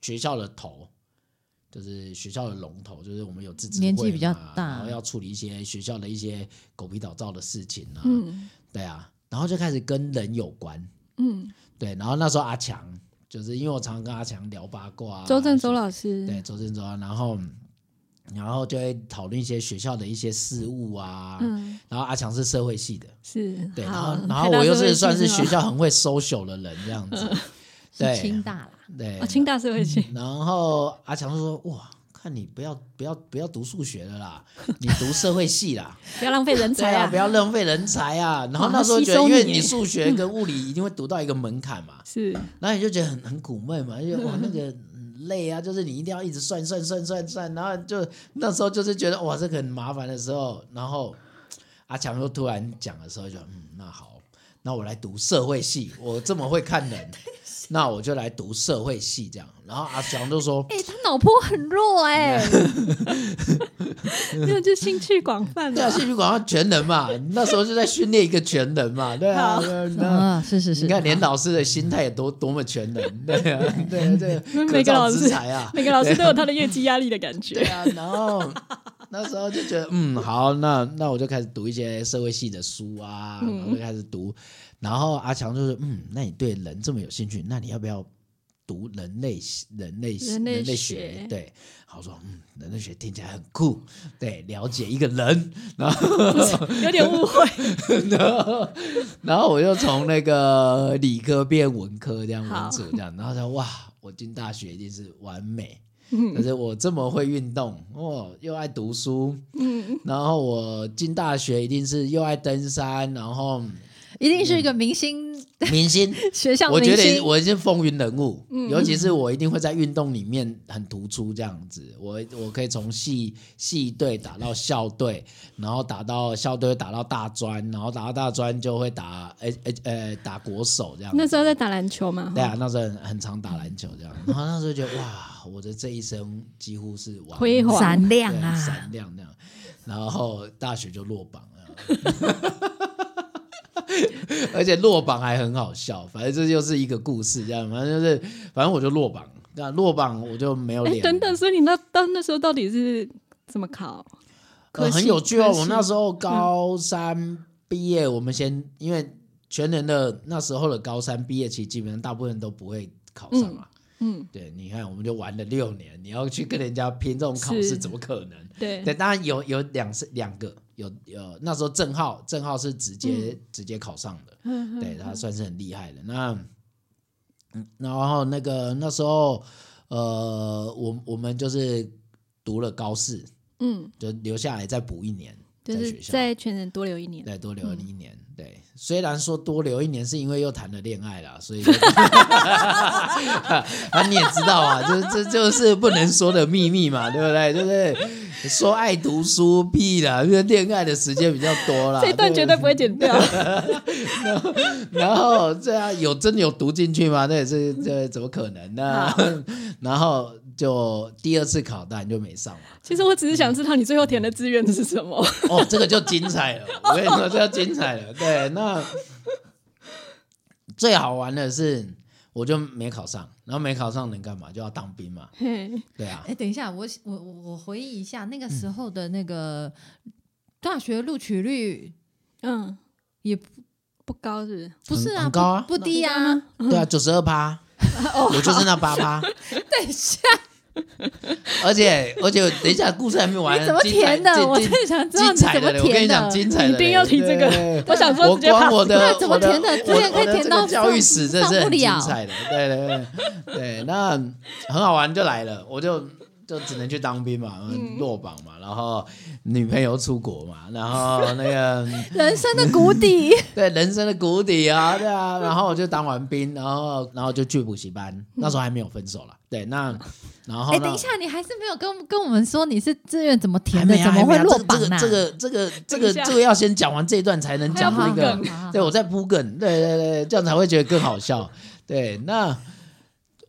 S3: 学校的头。就是学校的龙头，就是我们有自治会
S1: 年纪比较
S3: 嘛
S1: 大
S3: 然后要处理一些学校的一些狗皮倒灶的事情啊，
S2: 嗯
S3: 对啊，然后就开始跟人有关，
S2: 嗯，
S3: 对，然后那时候阿强，就是因为我常常跟阿强聊八卦、啊，
S2: 周正周
S3: 老
S2: 老师，
S3: 对周正周啊，然后然后就会讨论一些学校的一些事务啊，
S2: 嗯，
S3: 然后阿强是社会系的，
S2: 是，
S3: 对，然
S2: 好
S3: 后然后
S2: 台大
S3: 我又
S2: 社会
S3: 是
S2: 系
S3: 算是
S2: 吗
S3: 学校很会 social 的人这样子，
S1: 是清
S3: 对
S1: 大 啦，
S3: 对
S2: 哦，，清大社会系，
S3: 然后阿强就说哇。看你不要不要不要读数学了啦，你读社会系啦。
S2: 不要浪费人
S3: 对
S2: 才
S3: 啊，
S2: 啊
S3: 不！要浪费人才 啊！然后
S2: 哇
S3: 那时候
S2: 他
S3: 觉得，
S2: 吸收
S3: 因为
S2: 你嗯
S3: 你
S2: 耶
S3: 数学跟物理一定会读到一个门槛嘛，
S2: 是，
S3: 然后你就觉得很很苦闷嘛，就哇那个嗯累啊，就是你一定要一直算算算算算，然后就那时候就是觉得哇这个很麻烦的时候，然后阿强又突然讲的时候就，嗯，那好，那我来读社会系，我这么会 看人，那我就来读社会系这样。然后阿强就说，
S2: 哎、他脑波很弱哎、没有就兴趣广 泛
S3: 对啊，
S2: 的。
S3: 戏剧广告全能嘛，你那时候就在训练一个全能嘛，对啊，对啊那
S2: 嗯
S1: 啊，是是是，
S3: 你看连老师的心态也多多么全能，对啊，对啊对啊，
S2: 因为
S3: 可
S2: 每个
S3: 造
S2: 老
S3: 之
S2: 师，
S3: 才啊，
S2: 每个老师都有他的业绩压力的感觉。
S3: 对啊，然后那时候就觉得，嗯，好，那那我就开始读一些社会系的书啊，然后就开始读，然后阿强就说，嗯，那你对人这么有兴趣，那你要不要读人类系人类系
S2: 人类
S3: 人类
S2: 学
S3: 对，好我说，嗯，人类学听起来很酷，对，了解一个人，
S2: 有点误会，
S3: 然后 然后我就从那个理科变文科这样
S2: 好
S3: 文组这样，然后说哇，我进大学一定是完美。可是我这么会运动，哦，又爱读书，嗯，然后我进大学一定是又爱登山，然后
S1: 一定是一个明星
S3: 明星，
S1: 学校
S3: 我
S1: 明
S3: 觉得
S1: 星，
S3: 我是风云人物，
S2: 嗯
S3: 尤其是我一定会在运动里面很突出这样子。我我可以从系系队打到校队，然后打到校队打到大专，然后打到大专就会打呃呃呃打国手这样 子。
S2: 那时候在打篮球嘛，
S3: 对啊，那时候很很常打篮球这样，然后那时候觉得哇，我的这一生几乎是完美
S2: 辉煌
S1: 闪亮
S3: 对
S1: 啊
S3: 闪！亮那样，然后大学就落榜了。 而且落榜还很好笑，反正这就是一个故事，这样，反正就是，反正我就落榜，那落榜我就没有
S2: 哎、
S3: 脸。
S2: 等等，所以你那到那时候到底是怎么考？可
S3: 呃，
S2: 惜
S3: 很有趣哦。
S2: 可惜
S3: 我那时候高三毕业，我们先因为全人的那时候的高三毕业，其实基本上大部分都不会考上嘛。
S2: 嗯，
S3: 对，你看我们就玩了六年，你要去跟人家拼这种考试，
S2: 是
S3: 怎么可能？
S2: 对，
S3: 对，当然有有两是两个，有有那时候郑浩，郑浩是直
S2: 嗯
S3: 接、直接考上的，对他算是很厉害的。那嗯，然后那个那时候呃，我我们就是读了高四，
S2: 嗯，
S3: 就留下来再补一年，
S2: 就是
S3: 学校
S2: 在全人多留一年。
S3: 对多留一年。对，虽然说多留一年是因为又谈了恋爱啦，所以 啊你也知道啊，就这就是不能说的秘密嘛，对不对？对不对？说爱读书屁啦，因为恋爱的时间比较多啦。
S2: 这一段
S3: 对
S2: 啊绝对不会剪掉，
S3: 然后这样有真的有读进去吗？那这这怎么可能呢
S2: 好？
S3: 然后就第二次考，当然就没上嘛。
S2: 其实我只是想知道你最后填的志愿是什么。
S3: 哦，这个就精彩了，我跟你说，这个精彩了。对，那最好玩的是，我就没考上，然后没考上能干嘛？就要当兵嘛。
S2: 嘿，嗯
S3: 对啊，
S1: 哎，等一下，我我我我回忆一下那个时候的那个大学录取率
S2: 嗯，
S1: 也不
S2: 不高是不是？
S1: 不是啊，
S3: 很高啊
S1: 不不低
S2: 很
S1: 啊。
S3: 对啊，九十二趴，我就是那八趴。
S1: 哦 等一下，
S3: 而且而且，等一下故事还没完，
S1: 你怎么填的？
S3: 精
S1: 我
S3: 彩精
S1: 真的想知道
S3: 精
S1: 你
S3: 彩
S1: 怎
S3: 的
S1: 么
S3: 嘞，我跟
S1: 填
S3: 你讲，
S1: 的。
S3: 精彩的嘞，
S2: 一定要提这 个
S3: 对
S2: 我想说
S3: 我
S2: 直接
S3: 光
S2: pass
S3: 我的
S1: 对 怎么填的
S3: 我
S1: 之前可以
S3: 我的
S1: 填到
S3: 这个教育
S1: 上
S3: 史，真的是
S1: 上不
S3: 很精
S1: 了
S3: 彩的，对对对对，那很好玩就来了，我就。就只能去当兵嘛，
S1: 嗯
S3: 落榜嘛，然后女朋友出国嘛，然后那个
S1: 人生的谷底，
S3: 对人生的谷底啊，对啊，然后我就当完兵，然后然后就去补习班，那时候还没有分手了，对，那然后
S1: 哎，
S3: 呢
S1: 等一下，你还是没有跟跟我们说你是志愿怎么
S3: 还
S1: 填的，
S3: 没啊
S1: 怎么会
S3: 还没啊
S1: 落榜啊呢？
S3: 这个这个这
S2: 等
S3: 个
S2: 一
S3: 这
S2: 下
S3: 个这个要先讲完这一段才能讲
S1: 好
S3: 那
S1: 好
S3: 个
S1: 好好，好
S3: 对我在铺梗，对对对，这样才会觉得更好笑。对，那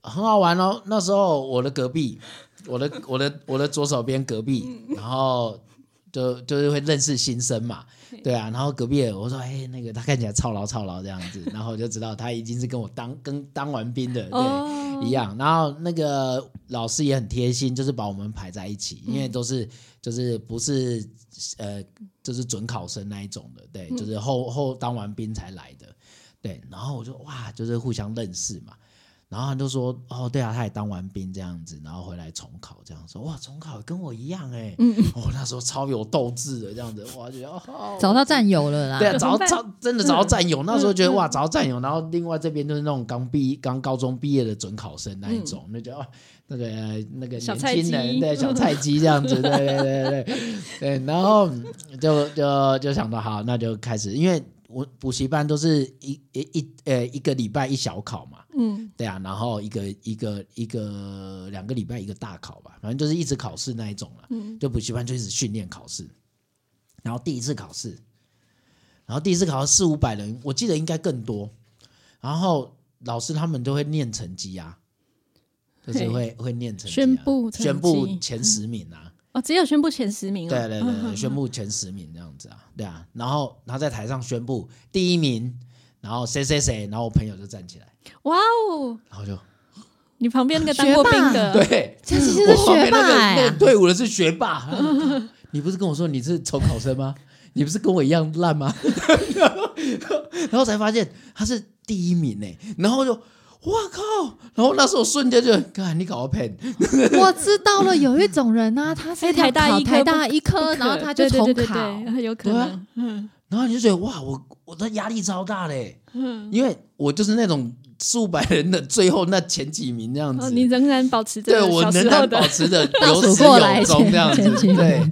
S3: 很好玩哦。那时候我的隔壁，我的我的我的左手边隔壁，然后就就是会认识新生嘛。对啊，然后隔壁的我说，哎，那个他看起来操劳操劳这样子，然后我就知道他已经是跟我当跟当完兵的，对，
S2: 哦
S3: 一样。然后那个老师也很贴心，就是把我们排在一起，因为都是就是不是呃就是准考生那一种的，对，就是后后当完兵才来的，对。然后我就哇，就是互相认识嘛。然后他就说：“哦，对啊，他也当完兵这样子，然后回来重考这样说，哇，重考跟我一样哎、嗯，哦，那时候超有斗志的这样子，哇，觉得哦，
S1: 找到战友了啦。
S3: 对啊，
S2: 怎么
S3: 找
S2: 办
S3: 找真
S2: 嗯
S3: 的找到战友，那时候觉得哇，找到战友，然后另外这边就是那种刚毕刚高中毕业的准考生那一种，那就哦那个那个
S2: 嗯小
S3: 年
S2: 菜
S3: 轻人
S2: 鸡
S3: 对小菜鸡这样子，对对对对对，然后就就就想到好，那就开始，因为我补习班都是一一一呃一个礼拜一小考嘛，
S2: 嗯，
S3: 对啊，然后一个一个一个两个礼拜一个大考吧，反正就是
S2: 嗯
S3: 一直考试那一种了。就补习班就一直训练考试，然后第一次考试然后第一次考到四五百人，我记得应该更多。然后老师他们都会念成绩啊，就是
S2: 嘿
S3: 会会念成绩、啊，
S2: 宣布成绩嗯
S3: 宣布前十名啊。
S2: 哦，只有宣布前十名
S3: 对
S2: 了。
S3: 对对对，宣布前十名这样子啊，对啊，然后他在台上宣布第一名，然后谁谁谁，然后我朋友就站起来，
S2: 哇哦，
S3: 然后就
S2: 你旁边那个当过兵的，
S3: 对，
S1: 这其实
S3: 我
S1: 是
S3: 旁边
S1: 学霸
S3: 那个那
S1: 哎
S3: 个、队伍的是学霸， 然后就你不是跟我说你是重考生吗？你不是跟我一样烂吗？ 然后才发现他是第一名呢，然后就。哇靠！然后那时候瞬间就，看你搞到骗，
S1: 我知道了，有一种人啊，他是
S2: 哎台
S1: 要
S2: 大
S1: 考
S2: 医科
S1: 台
S2: 不
S1: 大一科，
S2: 不可
S1: 然后他就
S2: 对对
S1: 重
S2: 对对
S1: 考，
S2: 对有可
S3: 对啊
S2: 能。嗯
S3: 然后你就觉得哇，我我的压力超大嘞，
S2: 嗯，
S3: 因为我就是那种数百人的最后那前几名那样子。
S2: 哦，你仍然保持
S3: 对
S2: 着
S3: 我
S2: 小
S3: 能
S2: 时
S3: 够
S2: 候
S3: 保
S2: 的，
S3: 持的
S1: 倒
S3: 有
S1: 数
S3: 始
S1: 过来
S3: 有终
S1: 前
S3: 这样子
S1: 前，几名
S3: 对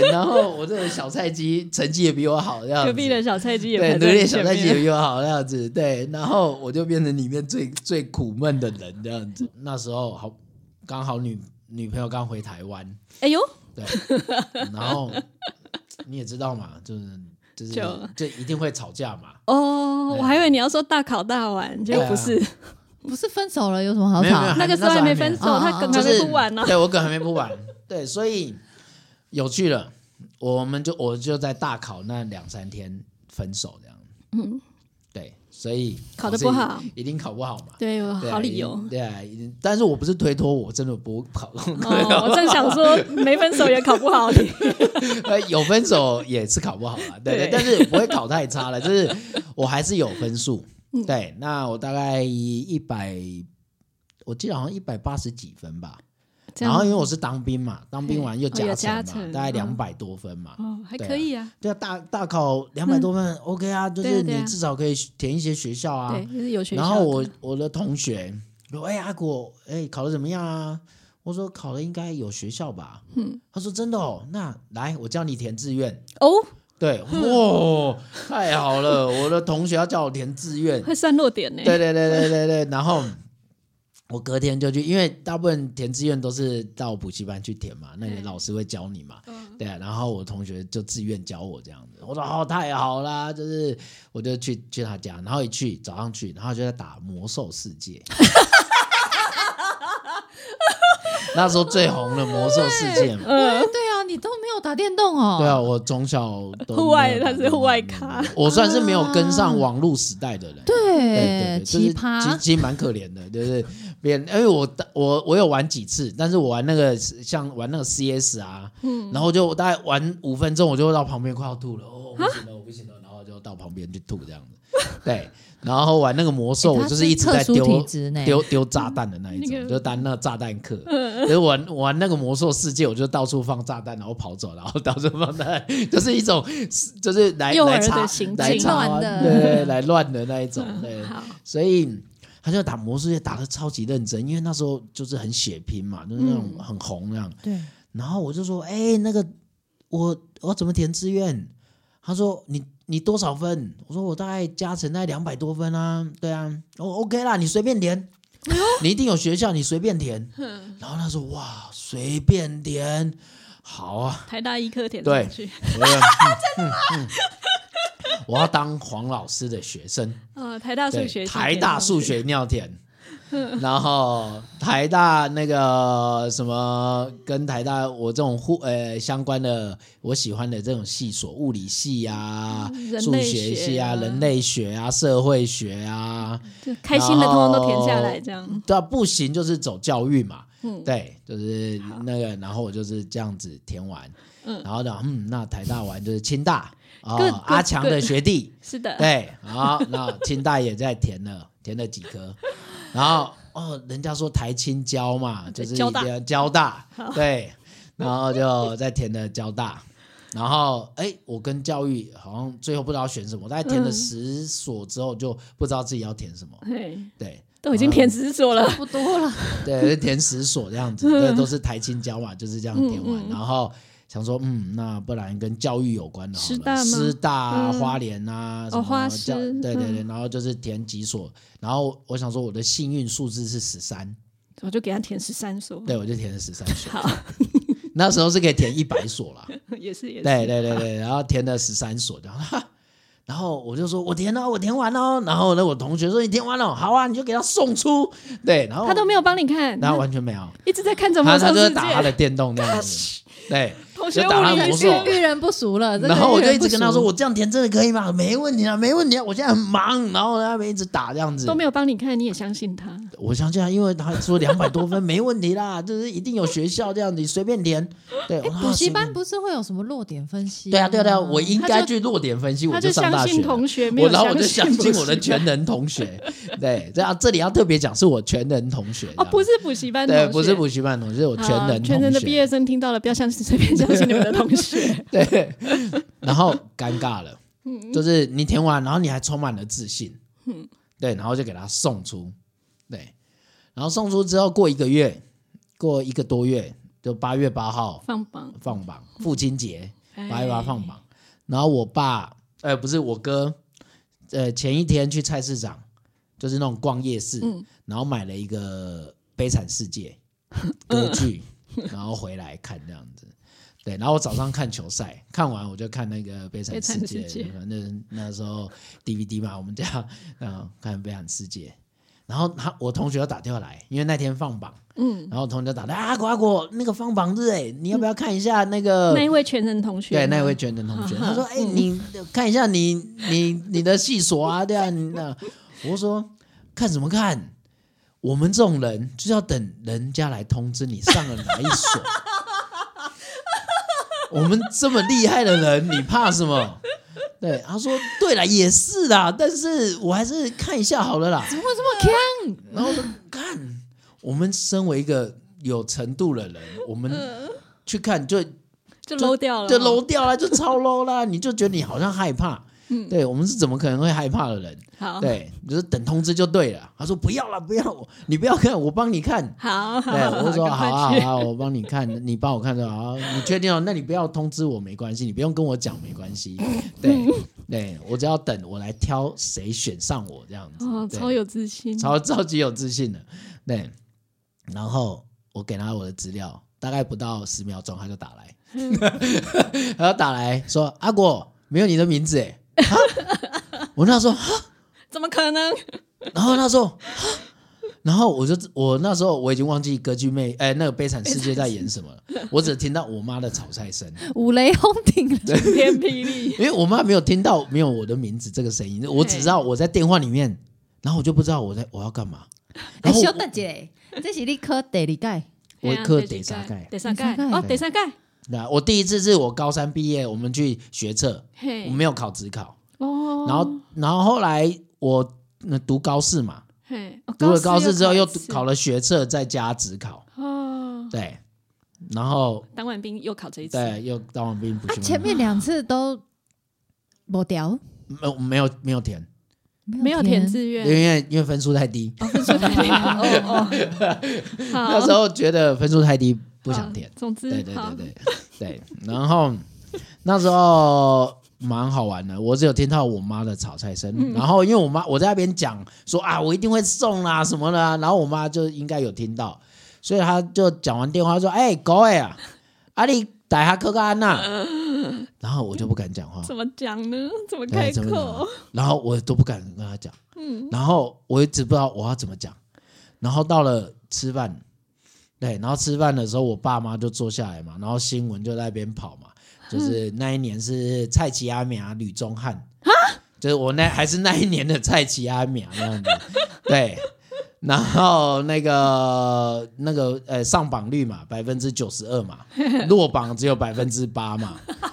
S3: 对。然后我这个小菜鸡成绩也比我好，这样
S2: 隔
S3: 子。
S2: 壁的小菜鸡也
S3: 对，
S2: 排
S3: 努
S2: 在
S3: 力小
S2: 前
S3: 菜鸡也
S2: 面。
S3: 比我好，这样子。对，然后我就变成里面最最苦闷的人，这样子。那时候好，刚好女女朋友刚回台湾，
S2: 哎呦，
S3: 对，然后你也知道嘛，就是就是
S2: 就
S3: 就一定会吵架嘛。啊
S2: 哦，我还以为你要说大考大玩，结果不是，
S1: 不是分手了有什么好
S3: 没有没
S1: 吵
S3: 有？
S2: 那个时候还没分手，
S1: 哦哦哦
S2: 他梗
S1: 就
S2: 还
S3: 就是
S2: 没哭完呢。
S3: 对我梗还没补完，对，所以有趣了。我们就我就在大考那两三天分手这样，
S2: 嗯，
S3: 对，所以
S2: 考得
S3: 试
S2: 不好，
S3: 一定考不好嘛。
S2: 对，有
S3: 对啊
S2: 好理
S3: 一定
S2: 由。
S3: 对啊，一定但是我不是推脱，我真的不考，啊
S2: 哦，我正想说没分手也考不 好你。
S3: 呃 有分手也是考不好啊，对对，
S2: 对
S3: 但是不会考太差了，就是我还是有分数。
S2: 嗯
S3: 对，那我大概一百，我记得好像一百八十几分吧。
S2: 这
S3: 然
S2: 样
S3: 后因为我是当兵嘛，当兵完又
S2: 哦有
S3: 加
S2: 加
S3: 成嘛，
S2: 成
S3: 大概两
S2: 嗯
S3: 百多分嘛。
S2: 哦，还
S3: 对啊
S2: 可以啊，
S3: 对啊，大大考两百多分、o k 啊，就
S2: 嗯对
S3: 是
S2: 啊对
S3: 你
S2: 啊
S3: 至少可以填一些学校啊。
S2: 对，就是有学校
S3: 然
S2: 的。
S3: 后我我的同学说：“哎、阿果，哎、考的怎么样啊？”我说：“考的应该有学校吧。”嗯，他说：“真的哦，那来，我教你填志愿。
S2: 哦，”
S3: 对，哇，太好了！我的同学要叫我填志愿，
S2: 会算落点呢。
S3: 对对对对对对。然后我隔天就去，因为大部分填志愿都是到补习班去填嘛，那你
S2: 对
S3: 老师会教你嘛。
S2: 嗯
S3: 对啊，然后我同学就自愿教我这样子，我说哦太好啦，就是我就去去他家，然后一去早上去，然后就在打魔兽世 界。那时候最红的魔兽世 界嘛，
S2: 嗯，
S1: 对啊，你都没有打电动哦。
S3: 对啊，我从小都
S2: 户外
S3: 没有打
S2: 他是
S3: 电话
S2: 户外咖，
S3: 我算是没有跟上网络时代的人。对对
S1: 对
S3: 对，
S1: 奇
S3: 就是其
S1: 葩。
S3: 其实蛮可怜的， 就是别人，因为我我我有玩几次，但是我玩那个像玩那个 CS 啊，
S1: 嗯
S3: 然后就大概玩五分钟，我就到旁边快要吐了，哦，我不行了，我不行了，然后就到旁边去吐这样子，对，然后玩那个魔兽，
S1: 欸
S3: 我
S1: 他
S3: 就是一直
S1: 特
S3: 在
S1: 殊
S3: 丢
S1: 体质呢
S3: 丢丢炸弹的那一种，
S2: 哎那个嗯
S3: 就当那个炸弹客，就是玩玩那个魔兽世界，我就到处放炸弹，然后跑走，然后到处放炸弹，就是一种就是来
S2: 幼儿
S3: 来
S2: 的
S3: 查
S2: 行
S3: 来
S2: 径
S3: 查
S1: 乱的
S3: 对对来乱的那一种，对。
S2: 嗯好，
S3: 所以他就打魔术界打的超级认真，因为那时候就是很血拼嘛，就是那
S2: 嗯
S3: 种很红那样。
S1: 对，
S3: 然后我就说：“哎、那个我我要怎么填志愿？”他说：“你你多少分？”我说：“我大概加成在两百多分啊，对啊，哦 OK 啦，你随便填，你一定有学校，你随便填。”然后他说：“哇，随便填，好啊。”
S2: 台大医科填
S3: 对
S2: 上去。
S3: 我要嗯嗯嗯我要当黄老师的学生，
S2: 哦，台大数
S3: 对
S2: 学，
S3: 台大数，学 尿田，
S2: 嗯
S3: 然后台大那个什么，跟台大我这种互呃相关的，我喜欢的这种系所，物理系啊
S2: 嗯人，类
S3: 数学系啊，
S2: 学啊
S3: 人类学啊，社会学啊，
S2: 就开心的通通都填下来，这样。
S3: 对啊，不行就是走教育嘛，
S2: 嗯
S3: 对，就是那个，然后我就是这样子填完，
S2: 嗯
S3: 然后呢，嗯，那台大完就是清大。哦
S2: Good, good,，
S3: 阿强的学弟，
S2: 是 的，
S3: 对，好，那清大也在填了，填了几科，然后哦，人家说台青交嘛，就是
S2: 交
S3: 一
S2: 大
S3: 边交大，对，然后就在填了交大，然后哎，我跟教育好像最后不知道选什么，大概填了
S2: 嗯
S3: 十所之后就不知道自己要填什么，
S2: 嘿，
S3: 对
S2: 都已经填十所了，
S1: 不多了。
S3: 对，就填十所这 样子，对，都是台青交嘛，就是这样填
S2: 嗯
S3: 完，然后。想说，嗯，那不然跟教育有关的好了，
S2: 师大吗
S3: 师大啊、
S2: 嗯
S3: 花莲啊，什么
S2: 花
S3: 教
S2: 师
S3: 对对对，
S2: 嗯
S3: 然后就是填几所，然后我想说我的幸运数字是十三，
S2: 我就给他填十三所。
S3: 对我就填了十三所，
S2: 好，
S3: 那时候是可以填一百所啦，
S2: 也是也是。
S3: 对对对对，然后填了十三所，然后哈 然后我就说我填了，我填完了。哦然后呢，我同学说你填完了，好啊，你就给他送出。对，然后
S2: 他都没有帮你看，
S3: 然后
S2: 他
S3: 完全没有，
S2: 一直在看怎
S3: 他
S2: 么
S3: 他
S2: 上
S3: 就
S2: 世
S3: 是
S2: 界。
S3: 打他的电动那样子。对，
S2: 同学
S3: 就打
S2: 物
S3: 他
S2: 理
S3: 魔
S2: 也
S3: 兽
S2: 是
S1: 遇遇人不熟了，真的
S3: 然后我
S1: 遇
S3: 就
S1: 人
S3: 一直
S1: 不
S3: 跟他
S1: 淑
S3: 说我这样填真的可以吗？没问题啊，没问题啊，我现在很忙。然后呢他们一直打这样子
S2: 都。没有帮你看，你也相信他？
S3: 我相信啊，因为他说两百多分 没问题啦，就是一定有学校这样，你随便填。对，
S2: 哎
S3: 我说
S1: 补
S3: 啊
S1: 习
S3: 随便
S1: 班不是会有什么落点分析？
S3: 对啊，对啊，对啊，我应
S2: 他
S3: 该
S2: 就
S3: 去落点分析，我
S2: 他就
S3: 上大
S2: 相
S3: 学
S2: 信
S3: 了。
S2: 同学，没
S3: 我
S2: 有
S3: 然后我就相
S2: 相
S3: 信我的
S2: 全
S3: 全能同学，对，这啊样这里要特别讲是我全能同学
S2: 哦，不
S3: 是
S2: 是补习班同学，
S3: 对，不是补习班同学，是我全
S2: 啊
S3: 能同学，
S2: 全能的毕业生听到了，不要相信随便相信你们的同 学。
S3: 对，然后尴尬了，就是你填完，然后你还充满了自信，对，然后就给他送出，对，然后送出之后过一个月，过一个多月，就八月八号
S2: 放榜，
S3: 放榜，父亲节，
S2: 哎
S3: 八月八放榜，然后我爸，呃，不是我哥，呃，前一天去菜市场，就是那种逛夜市，
S2: 嗯
S3: 然后买了一个《悲惨世 界》歌剧，然后回来看这样子。对，然后我早上看球赛，看完我就看那个《悲惨
S2: 悲
S3: 世
S2: 惨
S3: 界
S2: 世》界
S3: 反正那时候 DVD 嘛，我们家嗯看《悲惨世界》，然后他我同学又打电话来，因为那天放榜，
S2: 嗯，
S3: 然后同学就打来啊，阿果阿果那个放榜日哎，你要不要看一下那个？
S2: 那一位全能同学，
S3: 呃对，那一位全 能同学，他说：“哎、
S1: 嗯
S3: 你看一下你你你的细所啊，对啊，你那。”我说：“看什么看？我们这种人就是要等人家来通知你上了哪一所。 我们这么厉害的人，你怕什么？”对，他说：“对了，也是啦，但是我还是看一下好了啦。”
S1: 怎么会这么强？
S3: 然后我说看，我们身为一个有程度的人，我们
S1: 嗯
S3: 去看就
S2: 就 low 掉了，
S3: 就 low 掉了，就超 low 啦，你就觉得你好像害怕。对我们是怎么可能会害怕的人？
S2: 好，
S3: 对，就是等通知就对了。他说不要了，不要我，你不要看，我帮你 看。
S2: 好，好，
S3: 对，我就说
S2: 赶快
S3: 好啊
S2: 去
S3: 好啊，我帮你看，你帮我看就好啊。你确定哦？那你不要通知我没关系，你不用跟我讲没关系。对，对我只要等我来挑谁选上我这样子。
S2: 哦，
S3: 对
S2: 超有自信，
S3: 超超级有自信的，对。然后我给他我的资料，大概不到十秒钟他就打来， 他就打来说：“阿果，没有你的名字哎。哈”我那时候，哈
S2: 怎么可能？
S3: 然后那时候，哈然后我就我那时候我已经忘记歌剧魅哎那个悲惨世界在演什么了，我只听到我妈的炒菜声，
S1: 五雷轰顶了，
S2: 晴天霹雳，
S3: 因为我妈没有听到没有我的名字这个声音，我只知道我在电话里面，然后我就不知道我在我要干嘛。
S1: 哎，
S3: 然后我
S1: 小等一下，这是你科第二届，
S3: 我
S2: 嘿啊
S3: 科
S2: 第
S3: 得
S2: 几
S3: 啥盖
S2: 得三
S1: 第三
S2: 盖，
S1: 届
S2: 哦，得三盖，
S3: 那啊我第一次是我高三毕业，我们去学测，我
S2: 嘿，
S3: 没有考职考，
S2: 哦，
S3: 然后然后后来我嗯读高四嘛，
S2: 嘿，哦
S3: 读了高四之后又读考
S2: 了，
S3: 了学测，再加职考，
S2: 哦，
S3: 对，然后
S2: 当完兵又考这一次，
S3: 对又当完兵补
S1: 啊，
S3: 习班，
S1: 前面两次都没掉，
S3: 没有没有没有填，
S2: 没有填志
S3: 因
S2: 愿，
S3: 为因为分数太低，
S2: 哦，分数太低 了，哦哦，好，
S3: 那时候觉得分数太低不
S2: 不
S3: 想填，
S2: 总之，
S3: 对对
S2: 好
S3: 对对对，然后那时候蛮好玩的，我只有听到我妈的炒菜声，然后因为我妈我在那边讲说啊，我一定会送啦什么的啊，然后我妈就应该有听到，所以她就讲完电话说，哎、狗哎啊，啊你打下科克安娜，然后我就不敢讲话，
S2: 怎么讲呢？怎么
S3: 对
S2: 开
S3: 怎么
S2: 口？
S3: 讲 哦然后我都不敢跟她讲，
S2: 嗯
S3: 然后我一直不知道我要怎么讲，然后到了吃饭，对，然后吃饭的时候，我爸妈就坐下来嘛，然后新闻就在那边跑嘛，就是
S2: 嗯
S3: 那一年是蔡奇阿米亚、吕宗汉，就是我那还是那一年的蔡奇阿米亚那样子，对。 然后那个那个呃上榜率嘛，百分之九十二 嘛，落榜只有百分之八嘛。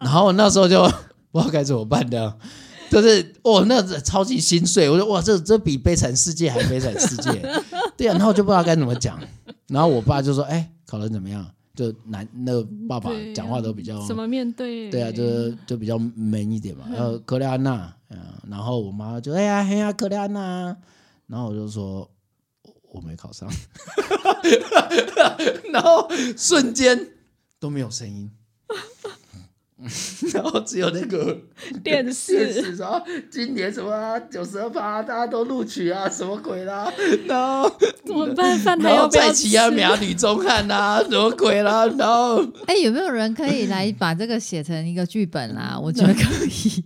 S3: 然后那时候就 不知道该怎么办的，就是哦，那超级心碎。我说哇，这这比悲惨世界还悲惨世 界。对啊，然后我就不知道该怎么讲。然后我爸就说：“哎、考得怎么样？”就男那个爸爸
S2: 对啊
S3: 讲话都比较
S2: 怎么面对？
S3: 对啊，
S2: 嗯
S3: 就是就比较 man 一点嘛。然后克莱安娜，嗯，然后我妈就哎呀哎呀克莱安娜啊，然后我就说我我没考上， 然后瞬间都没有声音， 然后只有那个
S2: 电视。
S3: 什么今年什么九十二趴，大家都录取啊，什么鬼啦、然后
S2: 怎么办？饭还
S3: 然
S2: 要
S3: 后
S2: 不要
S3: 再
S2: 吃
S3: 起啊，苗女中汉啊，什么鬼啦、然后。
S1: 啊 哎，有没有人可以来把这个写成一个剧本啦？我觉得可以。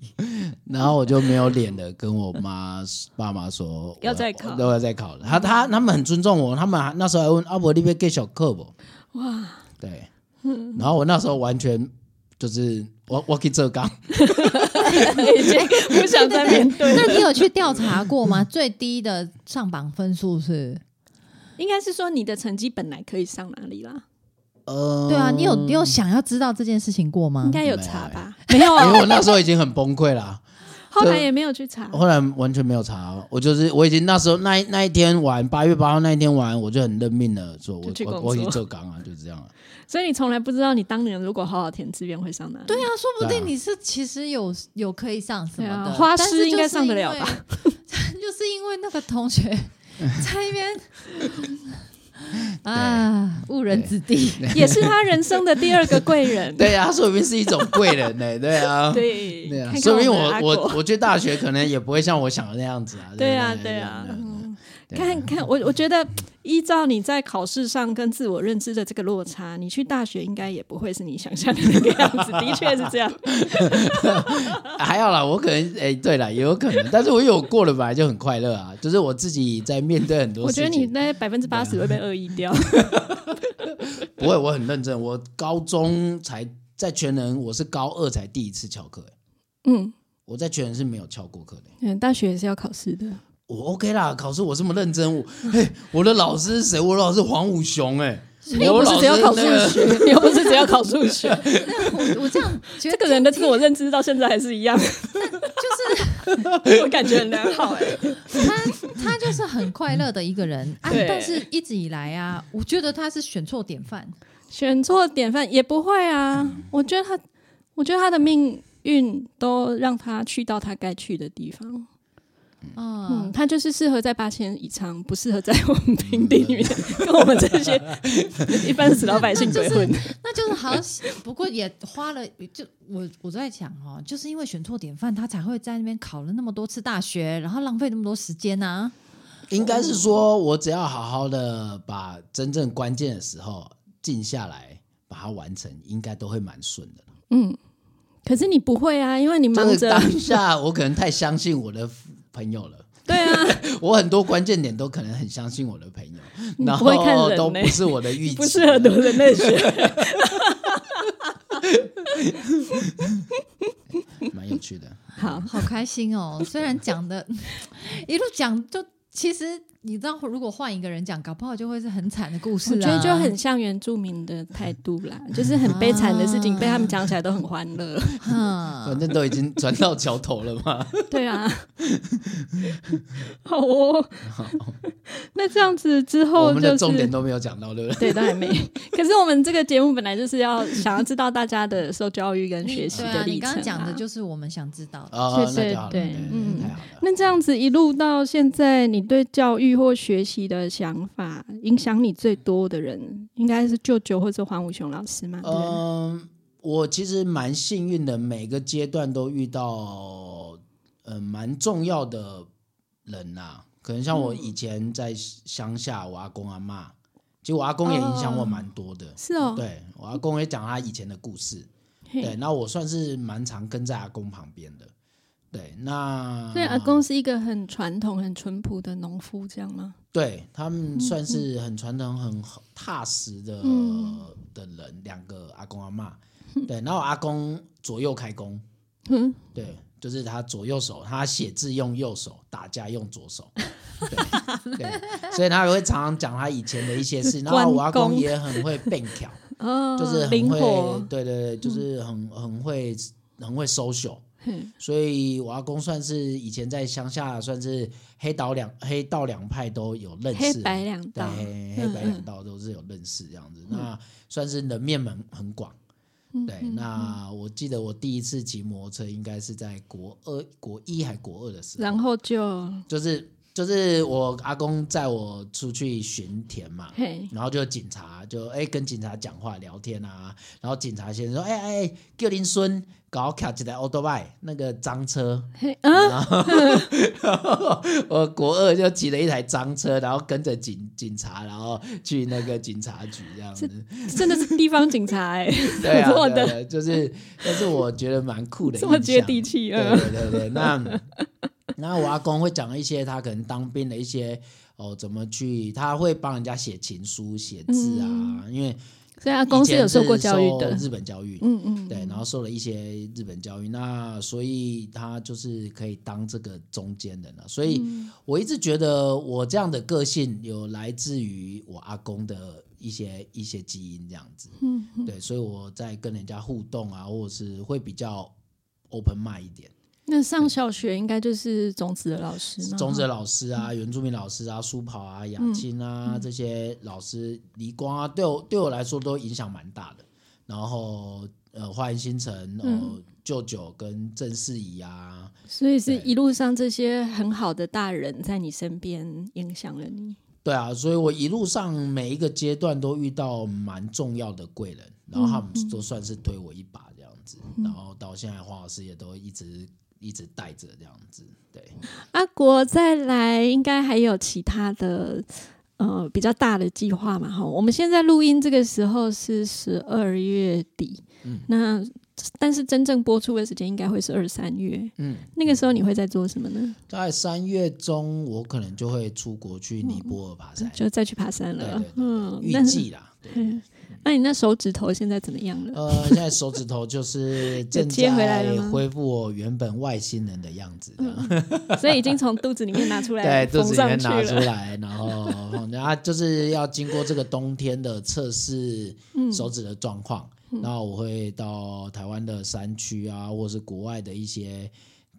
S3: 然后我就没有脸的跟我妈爸妈说
S2: 要
S3: 我
S2: 再考
S3: 我都要再考了。他他他们很尊重我，他们还那时候还问阿伯、啊、你要给小课不？
S2: 哇，
S3: 对，然后我那时候完全就是我我可以浙江，
S2: 已 经不想再面对了。
S1: 那你有去 调查过吗？最低的上榜分数是？
S2: 应该是说你的成绩本来可以上哪里啦？
S3: 呃，
S1: 对啊，你有你有想要知道这件事情过吗
S3: 嗯
S2: 应？该有查吧？
S1: 没有
S3: 因为我那时候已经很崩溃了。
S2: 后来也没有去查。
S3: 后来完全没有查，我就是我已经那时候那一那一天晚八月八号那一天晚，我就很认命了，说我
S2: 就去
S3: 我
S2: 工
S3: 我已
S2: 作
S3: 经浙江啊，就这样了。
S2: 所以你从来不知道你当年如果好好填志愿会上哪里？
S1: 对啊，说不
S3: 对啊
S1: 定你是其实有有可以上什么
S2: 对
S1: 的，
S2: 啊花
S1: 但是
S2: 师应该
S1: 就是
S2: 上得
S1: 因
S2: 了
S1: 为
S2: 吧？
S1: 就是因为那 个同学在那边啊，误人子弟，
S2: 也是他人生的第二个贵人。
S3: 对啊，说明是一种贵人呢、对啊，
S2: 对
S3: 对啊，
S2: 看看
S3: 说明
S2: 们的
S3: 我
S2: 阿
S3: 我
S2: 狗
S3: 我去大学可能也不会像我想的那样 子啊。
S2: 对啊
S3: 啊，
S2: 对啊，
S3: 对对
S2: 嗯
S3: 对啊
S2: 看看我我觉得依照你在考试上跟自我认知的这个落差，你去大学应该也不会是你想象的那个样子，的确是这样。
S3: 还好啦，我可能哎、对啦，也有可能，但是我有过了，本来就很快乐啊，就是我自己在面对很多
S2: 我
S3: 事
S2: 觉
S3: 情。啊
S2: 得你那百分之八十会被恶意 掉。
S3: 不会，我很认真。我高中才在全人，我是高二才第一次翘课、欸，
S2: 嗯
S3: 我在全人是没有翘过课的欸、
S2: 嗯，大学也是要考试 的。
S3: 我 OK 啦，考试我这么认真，我嘿，我的老师是谁？我的老师黄武雄、欸，哎，
S2: 又
S3: 我
S2: 不是
S3: 老
S2: 只
S3: 师
S2: 要考
S3: 那个
S2: 数学，又不是只要考数学。
S1: 我我这样觉
S2: 这
S1: 得
S2: 个人的自我认知到现在还是一样，
S1: 就是
S2: 我感觉很良好哎、
S1: 他他就是很快乐的一个人啊，
S2: 对
S1: 但是一直以来啊，我觉得他是选错典范，
S2: 选错典范也不会啊，我觉得他，我觉得他的命运都让他去到他该去的地方。嗯，
S1: 嗯，
S2: 他就是适合在八千以上，不适合在我们平地 里面，跟我们这些一般死老百姓鬼混。
S1: 那就是好像，不过也花了，就我我在想哦，就是因为选错典范，他才会在那边考了那么多次大学，然后浪费那么多时间啊。
S3: 应该是说，我只要好好的把真正关键的时候静下来，把它完成，应该都会蛮顺的。
S2: 嗯，可是你不会啊，因为你忙
S3: 这个
S2: 着。
S3: 当下，我可能太相信我的朋友了。
S2: 对啊，
S3: 我很多关键点都可能很相信我的朋友，
S2: 你
S3: 然
S2: 不会看人
S3: 后
S2: 呢
S3: 都不是 我的预期，
S2: 不适合读人类学。
S3: 蛮有趣的。
S2: 好，
S1: 好开心哦！虽然讲的 一路讲，就其实你知道，如果换一个人讲，搞不好就会是很惨的故事、啊。
S2: 我觉得就很像原住民的态度啦，就是很悲惨的事情，
S1: 啊
S2: 被他们讲起来都很欢乐。
S1: 嗯
S3: 反正都已经转到桥头了 嘛。
S2: 对 啊，好哦。 那这样子之哦后、就是，
S3: 我们的重点都没有讲到，对不对？
S2: 对，当然没。可是我们这个节目本来就是要想要知道大家的受教育跟学习
S1: 对
S2: 的
S1: 啊，
S2: 历
S1: 你
S2: 程、
S1: 刚刚讲的。就是我们想知道的。
S3: 哦，
S2: 对
S3: 那就好了，
S2: 对对
S3: 对，对
S2: 嗯
S3: 太好了。
S2: 那这样子一路到现在，你对教育或学习的想法，影响你最多的人，应该是舅舅或者黄武雄老师嘛？对不对
S3: 嗯，我其实蛮幸运的，每个阶段都遇到呃蛮重要的人呐、可能像
S2: 嗯
S3: 我以前在乡下，我阿公阿嬷，其实我阿公也影响我蛮多的。
S2: 是哦，
S3: 对我阿公也讲他以前的故事，
S2: 嘿
S3: 对，那我算是蛮常跟在阿公旁边的。对，那
S2: 所以阿啊公是一个很传统、很淳朴的农夫，这样吗？
S3: 对他们算是很传统、很踏实的、
S2: 嗯
S3: 的人，两个阿公阿妈。对，然后阿公左右开工，
S2: 嗯，
S3: 对，就是他左右手，他写字用右手，打架用左手。对，对所以他会常常讲他以前的一 些事。然后我阿
S2: 关
S3: 公
S2: 公
S3: 也很会变巧，
S2: 哦，
S3: 就是很
S2: 灵
S3: 会
S2: 活，，
S3: 对对对，就是很很会很会 social。
S2: 嘿
S3: 所以我阿公算是以前在乡下，算是黑道两黑道两派都有认识
S2: 黑
S3: 啊，
S2: 白两
S3: 对
S2: 道，
S3: 黑
S2: 嗯
S3: 黑白两道都是有认识这样子，那算是人面蛮很广。
S2: 嗯
S3: 对，那我记得我第一次骑摩托车应该是在国二、国一还国二的时候，
S2: 然后就
S3: 就是就是我阿公载我出去巡田嘛，
S2: 嘿，
S3: 然后就警察就哎、跟警察讲话聊天啊，然后警察先生说哎哎、叫林孙搞卡起来 o 多拜那个脏车，
S2: 嘿，
S3: 嗯
S2: 啊，
S3: 然后我国二就骑了一台脏车，然后跟着警警察，然后去那个警察局这样子，
S2: 真的是地方警察哎、
S3: 对啊，
S2: 我的
S3: 对啊就是，但是我觉得蛮酷的，
S2: 这么接地气
S3: 对
S2: 嗯
S3: 对对对，那那我阿公会讲一些他可能当兵的一些哦，怎么去，他会帮人家写情书、写字啊，因为
S2: 所以阿公是有受过教育
S3: 以前
S2: 的
S3: 是，受日本教育，
S2: 嗯嗯，
S3: 对，然后受了一些日本教育，那所以他就是可以当这个中间人了、所以
S2: 嗯
S3: 我一直觉得我这样的个性有来自于我阿公的一些一些基因这样子，
S2: 嗯
S3: 对，所以我在跟人家互动啊，或者是会比较 open mind 一点。
S2: 那上小学应该就是种子的老师吗？
S3: 中哲老师啊、原住民老师啊、苏跑啊、雅青啊、这些老师，黎光啊，对我对我来说都影响蛮大的。然后呃，花园新城、呃舅舅跟郑世仪啊，
S2: 所以是一路上这些很好的大人在你身边影响了你。
S3: 对啊，所以我一路上每一个阶段都遇到蛮重要的贵人，然后他们都算是推我一把这样子，然后到现在黄老师也都一直一直带着这样子，对。
S2: 阿啊国再来，应该还有其他的呃比较大的计划嘛？哈，我们现在录音这个时候是十二月底，
S3: 嗯
S2: 那但是真正播出的时间应该会是二三月，
S3: 嗯，
S2: 那个时候你会在做什么呢？
S3: 在三月中，我可能就会出国去尼泊尔爬山，
S2: 就再去爬山
S3: 对
S2: 了，
S3: 对对，
S2: 嗯，
S3: 预
S2: 那
S3: 计啦。对
S2: 那你那手指头现在怎么样 了？
S3: 呃，现在手指头就是 正
S2: 接回来
S3: 在
S2: 了吗
S3: 恢复我原本外星人的样子，这样
S2: 所以已经从肚子里面拿出来，
S3: 对，肚
S2: 缝
S3: 子里
S2: 上
S3: 面
S2: 去
S3: 拿出
S2: 了。
S3: 来，然 后然后就是要经过这个冬天的测试
S2: 嗯
S3: 手指的状况，那我会到台湾的山区啊，或是国外的一些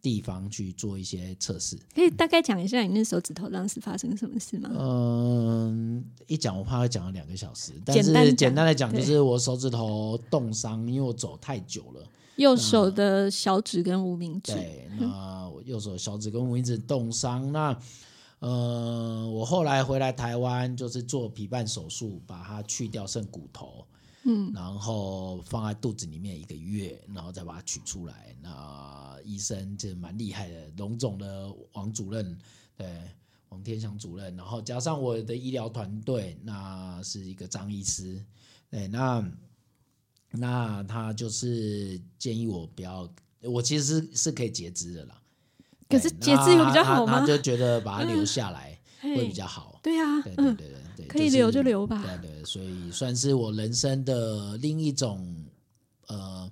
S3: 地方去做一些测试。
S2: 可以大概讲一下你那手指头当时发生什么事吗？
S3: 嗯，一讲我怕会讲了两个小时，但
S2: 简单
S3: 是
S2: 讲
S3: 简单的讲就
S2: 对
S3: 是我手指头冻伤，因为我走太久了。
S2: 右手的小指跟无名指，
S3: 对，那我右手小指跟无名指冻伤，那呃，我后来回来台湾就是做皮瓣手术，把它去掉剩骨头，嗯，然后放在肚子里面一个月，然后再把它取出来。那医生就蛮厉害的，龙总的王主任，对。王天祥主任，然后加上我的医疗团队，那是一个张医师，对，那那他就是建议我不要，我其实是是可以截肢的啦。
S2: 可是
S3: 对
S2: 截肢有比较好
S3: 那他他
S2: 吗嗯
S3: 他就觉得把它留下来
S2: 嘿
S3: 会比较好。
S2: 对啊，
S3: 对对
S2: 嗯，
S3: 对对对，
S2: 可以
S3: 是
S2: 留就留吧
S3: 对对，所以算是我人生的另一种，呃，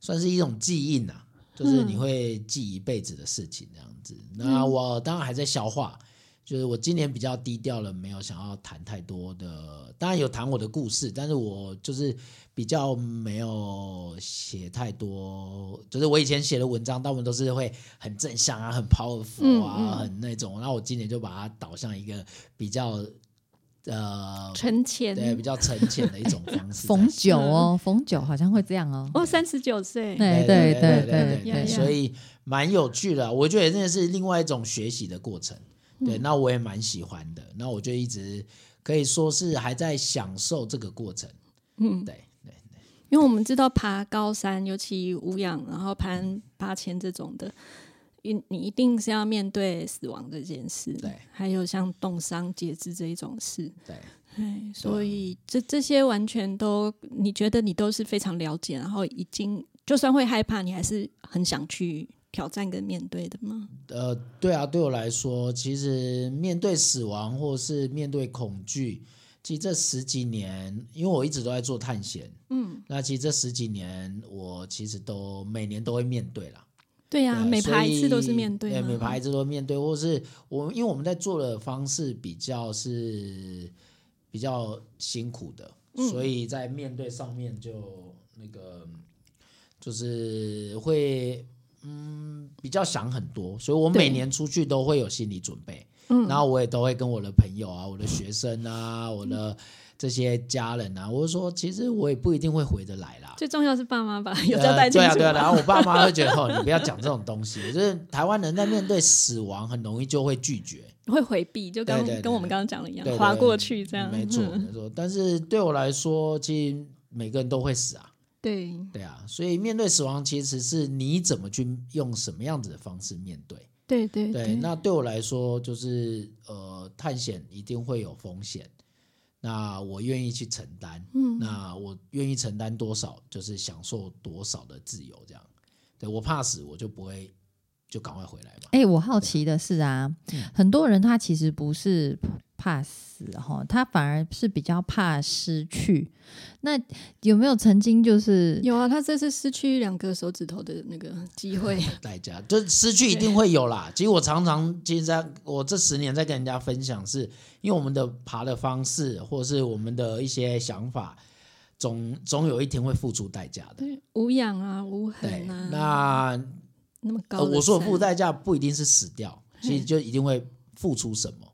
S3: 算是一种记忆啊，就是
S2: 嗯
S3: 你会记一辈子的事情这样子。那我当然还在消化，就是我今年比较低调了，没有想要谈太多的，当然有谈我的故事，但是我就是比较没有写太多，就是我以前写的文章，大部分都是会很正向啊，很 powerful 啊，
S2: 嗯嗯
S3: 很那种。那我今年就把它导向一个比较呃，
S2: 存钱。
S3: 对，比较沉潜的一种方式在写。
S1: 逢九哦，逢九好像会这样哦。
S2: 哦，三十九岁，
S1: 对
S3: 对
S1: 对
S3: 对
S1: 对
S2: 呀呀
S3: 所以蛮有趣的啊。我觉得真的是另外一种学习的过程。对，那我也蛮喜欢的。那我就一直可以说是还在享受这个过程。嗯，对对
S2: 因为我们知道爬高山，尤其无氧，然后攀八千这种的，你你一定是要面对死亡这件事，
S3: 对，
S2: 还有像冻伤、截肢这一种事，
S3: 对。
S2: 哎，所以这这些完全都，你觉得你都是非常了解，然后已经就算会害怕，你还是很想去挑战跟面对的吗？
S3: 呃，对啊，对我来说，其实面对死亡或是面对恐惧，其实这十几年，因为我一直都在做探险，嗯，那其实这十几年，我其实都每年都会面对啦。
S2: 对呀、
S3: 对啊
S2: 每爬一次都是
S3: 所以
S2: 面对
S3: 对，
S2: 嘛，
S3: 每爬一次都面对，或是我们因为我们在做的方式比较是比较辛苦的，
S2: 嗯
S3: 所以在面对上面就那个就是会嗯比较想很多，所以我每
S2: 对
S3: 年出去都会有心理准备，嗯，然后我也都会跟我的朋友啊、我的学生啊、我的这些家人啊，我就说其实我也不一定会回得来啦。
S2: 最重要是爸妈吧， 有交代
S3: 呃
S2: 清
S3: 对啊，
S2: 楚。
S3: 对啊，然后我爸妈会觉得，哦，你不要讲这种东西。就是台湾人在面对死亡，很容易就会拒绝，
S2: 会回避，就
S3: 对对
S2: 跟
S3: 对
S2: 跟我们刚刚讲的一样
S3: 对，对
S2: 划过去这样。嗯
S3: 没错，没错。但是对我来说，其实每个人都会死啊，
S2: 对，
S3: 对啊。所以面对死亡，其实是你怎么去用什么样子的方式面对。
S2: 对对
S3: 对，那对我来说，就是呃，探险一定会有风险，那我愿意去承担。
S2: 嗯
S3: 那我愿意承担多少，就是享受多少的自由，这样。对我怕死，我就不会就赶快回来嘛。
S1: 哎、我好奇的是啊，
S3: 嗯
S1: 很多人他其实不是怕死哈，他反而是比较怕失去。那有没有曾经就是
S2: 有啊，他这次失去两个手指头的那个机 会，
S3: 代价就是失去一定会有啦。其实我常常，其实在我这十年在跟人家分享是，因为我们的爬的方式，或是我们的一些想法，总总有一天会付出代价的。
S2: 对，无氧啊，无
S3: 对
S2: 痕啊，，
S3: 那
S2: 那么高
S3: 呃，
S2: 的山、
S3: 我说的付代价不一定是死掉，其实就一定会付出什么。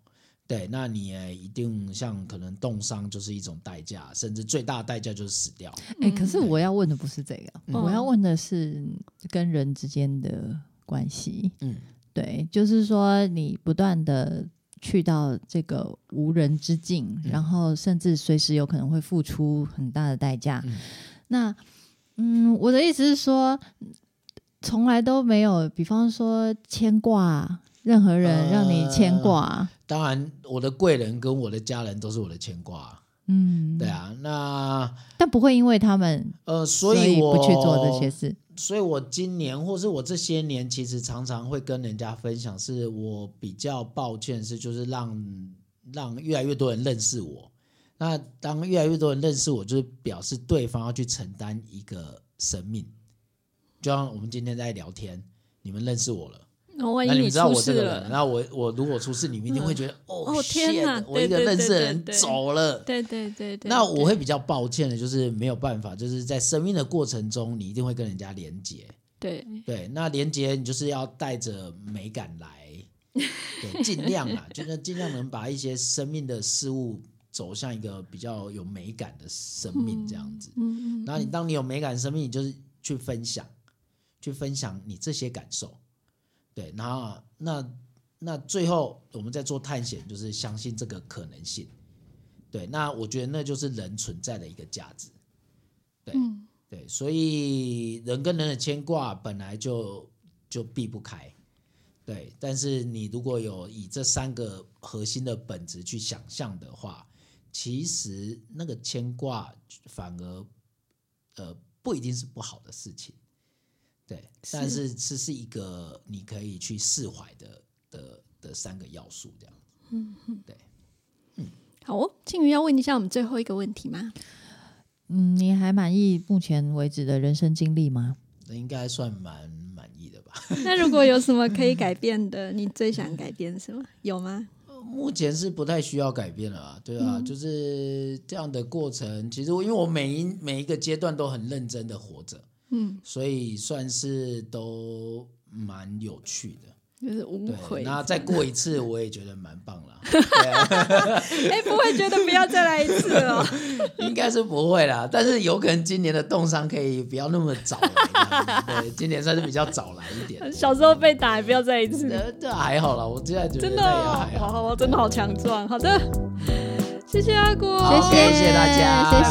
S3: 对，那你也一定像可能冻伤就是一种代价，甚至最大的代价就是死掉。
S1: 哎、可
S3: 嗯
S1: 是我要问的不是这个，
S2: 嗯
S1: 我
S3: 哦
S1: 要问的是跟人之间的关系。
S3: 嗯，
S1: 对，就是说你不断的去到这个无人之境，
S3: 嗯
S1: 然后甚至随时有可能会付出很大的代价。
S3: 嗯
S1: 那嗯，我的意思是说，从来都没有，比方说牵挂任何人让你牵
S3: 呃
S1: 挂。
S3: 当然，我的贵人跟我的家人都是我的牵挂啊。
S1: 嗯，
S3: 对，啊，那
S1: 但不会因为他们，
S3: 呃，所
S1: 所以
S3: 我
S1: 不去做这些事。
S3: 所以我今年或是我这些年，其实常常会跟人家分享，是我比较抱歉是就是让让越来越多人认识我。那当越来越多人认识我，就是表示对方要去承担一个生命。就像我们今天在聊天，你们认识我了，
S2: 那哦万
S3: 那
S2: 一
S3: 们知道
S2: 出
S3: 我这
S2: 事
S3: 个人，
S2: 了，
S3: 那我我如果出事，你们一定会觉得、哦
S2: 哦天哪
S3: shit，我一个
S2: 对对
S3: 认识的
S2: 对
S3: 人
S2: 对对
S3: 走了。
S2: 对对对对，
S3: 那我
S2: 对
S3: 会比较抱歉的，就是没有办法，就是在生命的过程中，你一定会跟人家连接。
S2: 对
S3: 对，那连接你就是要带着美感来，对，尽量啊，就是尽量能把一些生命的事物走向一个比较有美感的生命这样子。
S2: 嗯嗯
S3: 然后你当你有美感生命，你就是去分享，去分享你这些感受。对，然后那那最后我们在做探险，就是相信这个可能性。对，那我觉得那就是人存在的一个价值。对、
S2: 嗯
S3: 对，所以人跟人的牵挂本来就就避不开。对，但是你如果有以这三个核心的本质去想象的话，其实那个牵挂反而呃不一定是不好的事情，对，
S2: 是
S3: 但是这是一个你可以去释怀的的的三个要素，这样。
S2: 好哦，庆余要问一下我们最后一个问题吗？
S1: 嗯，你还满意目前为止的人生经历吗？
S3: 那应该算蛮满意的吧？
S2: 那如果有什么可以改变的，你最想改变什么？有吗？
S3: 目前是不太需要改变了啊，对啊，就是这样的过程。其实我因为我每一每一个阶段都很认真的活着，
S2: 嗯，
S3: 所以算是都蛮有趣的。
S2: 就是无
S3: 对，
S2: 悔。
S3: 那再过一次，我也觉得蛮棒了。 对啊
S2: 哎，不会觉得不要再来一次哦。
S3: 应该是不会啦，但是有可能今年的冻伤可以不要那么早来，对，今年算是比较早来一点。
S2: 小时候被打，也不要再一次。
S3: 呃，这还好啦，我现在觉得
S2: 真
S3: 那
S2: 的
S3: 也还
S2: 哦，
S3: 好。
S2: 好好，真的好强壮。好的，谢谢阿果，
S3: 谢谢谢谢大家
S1: 谢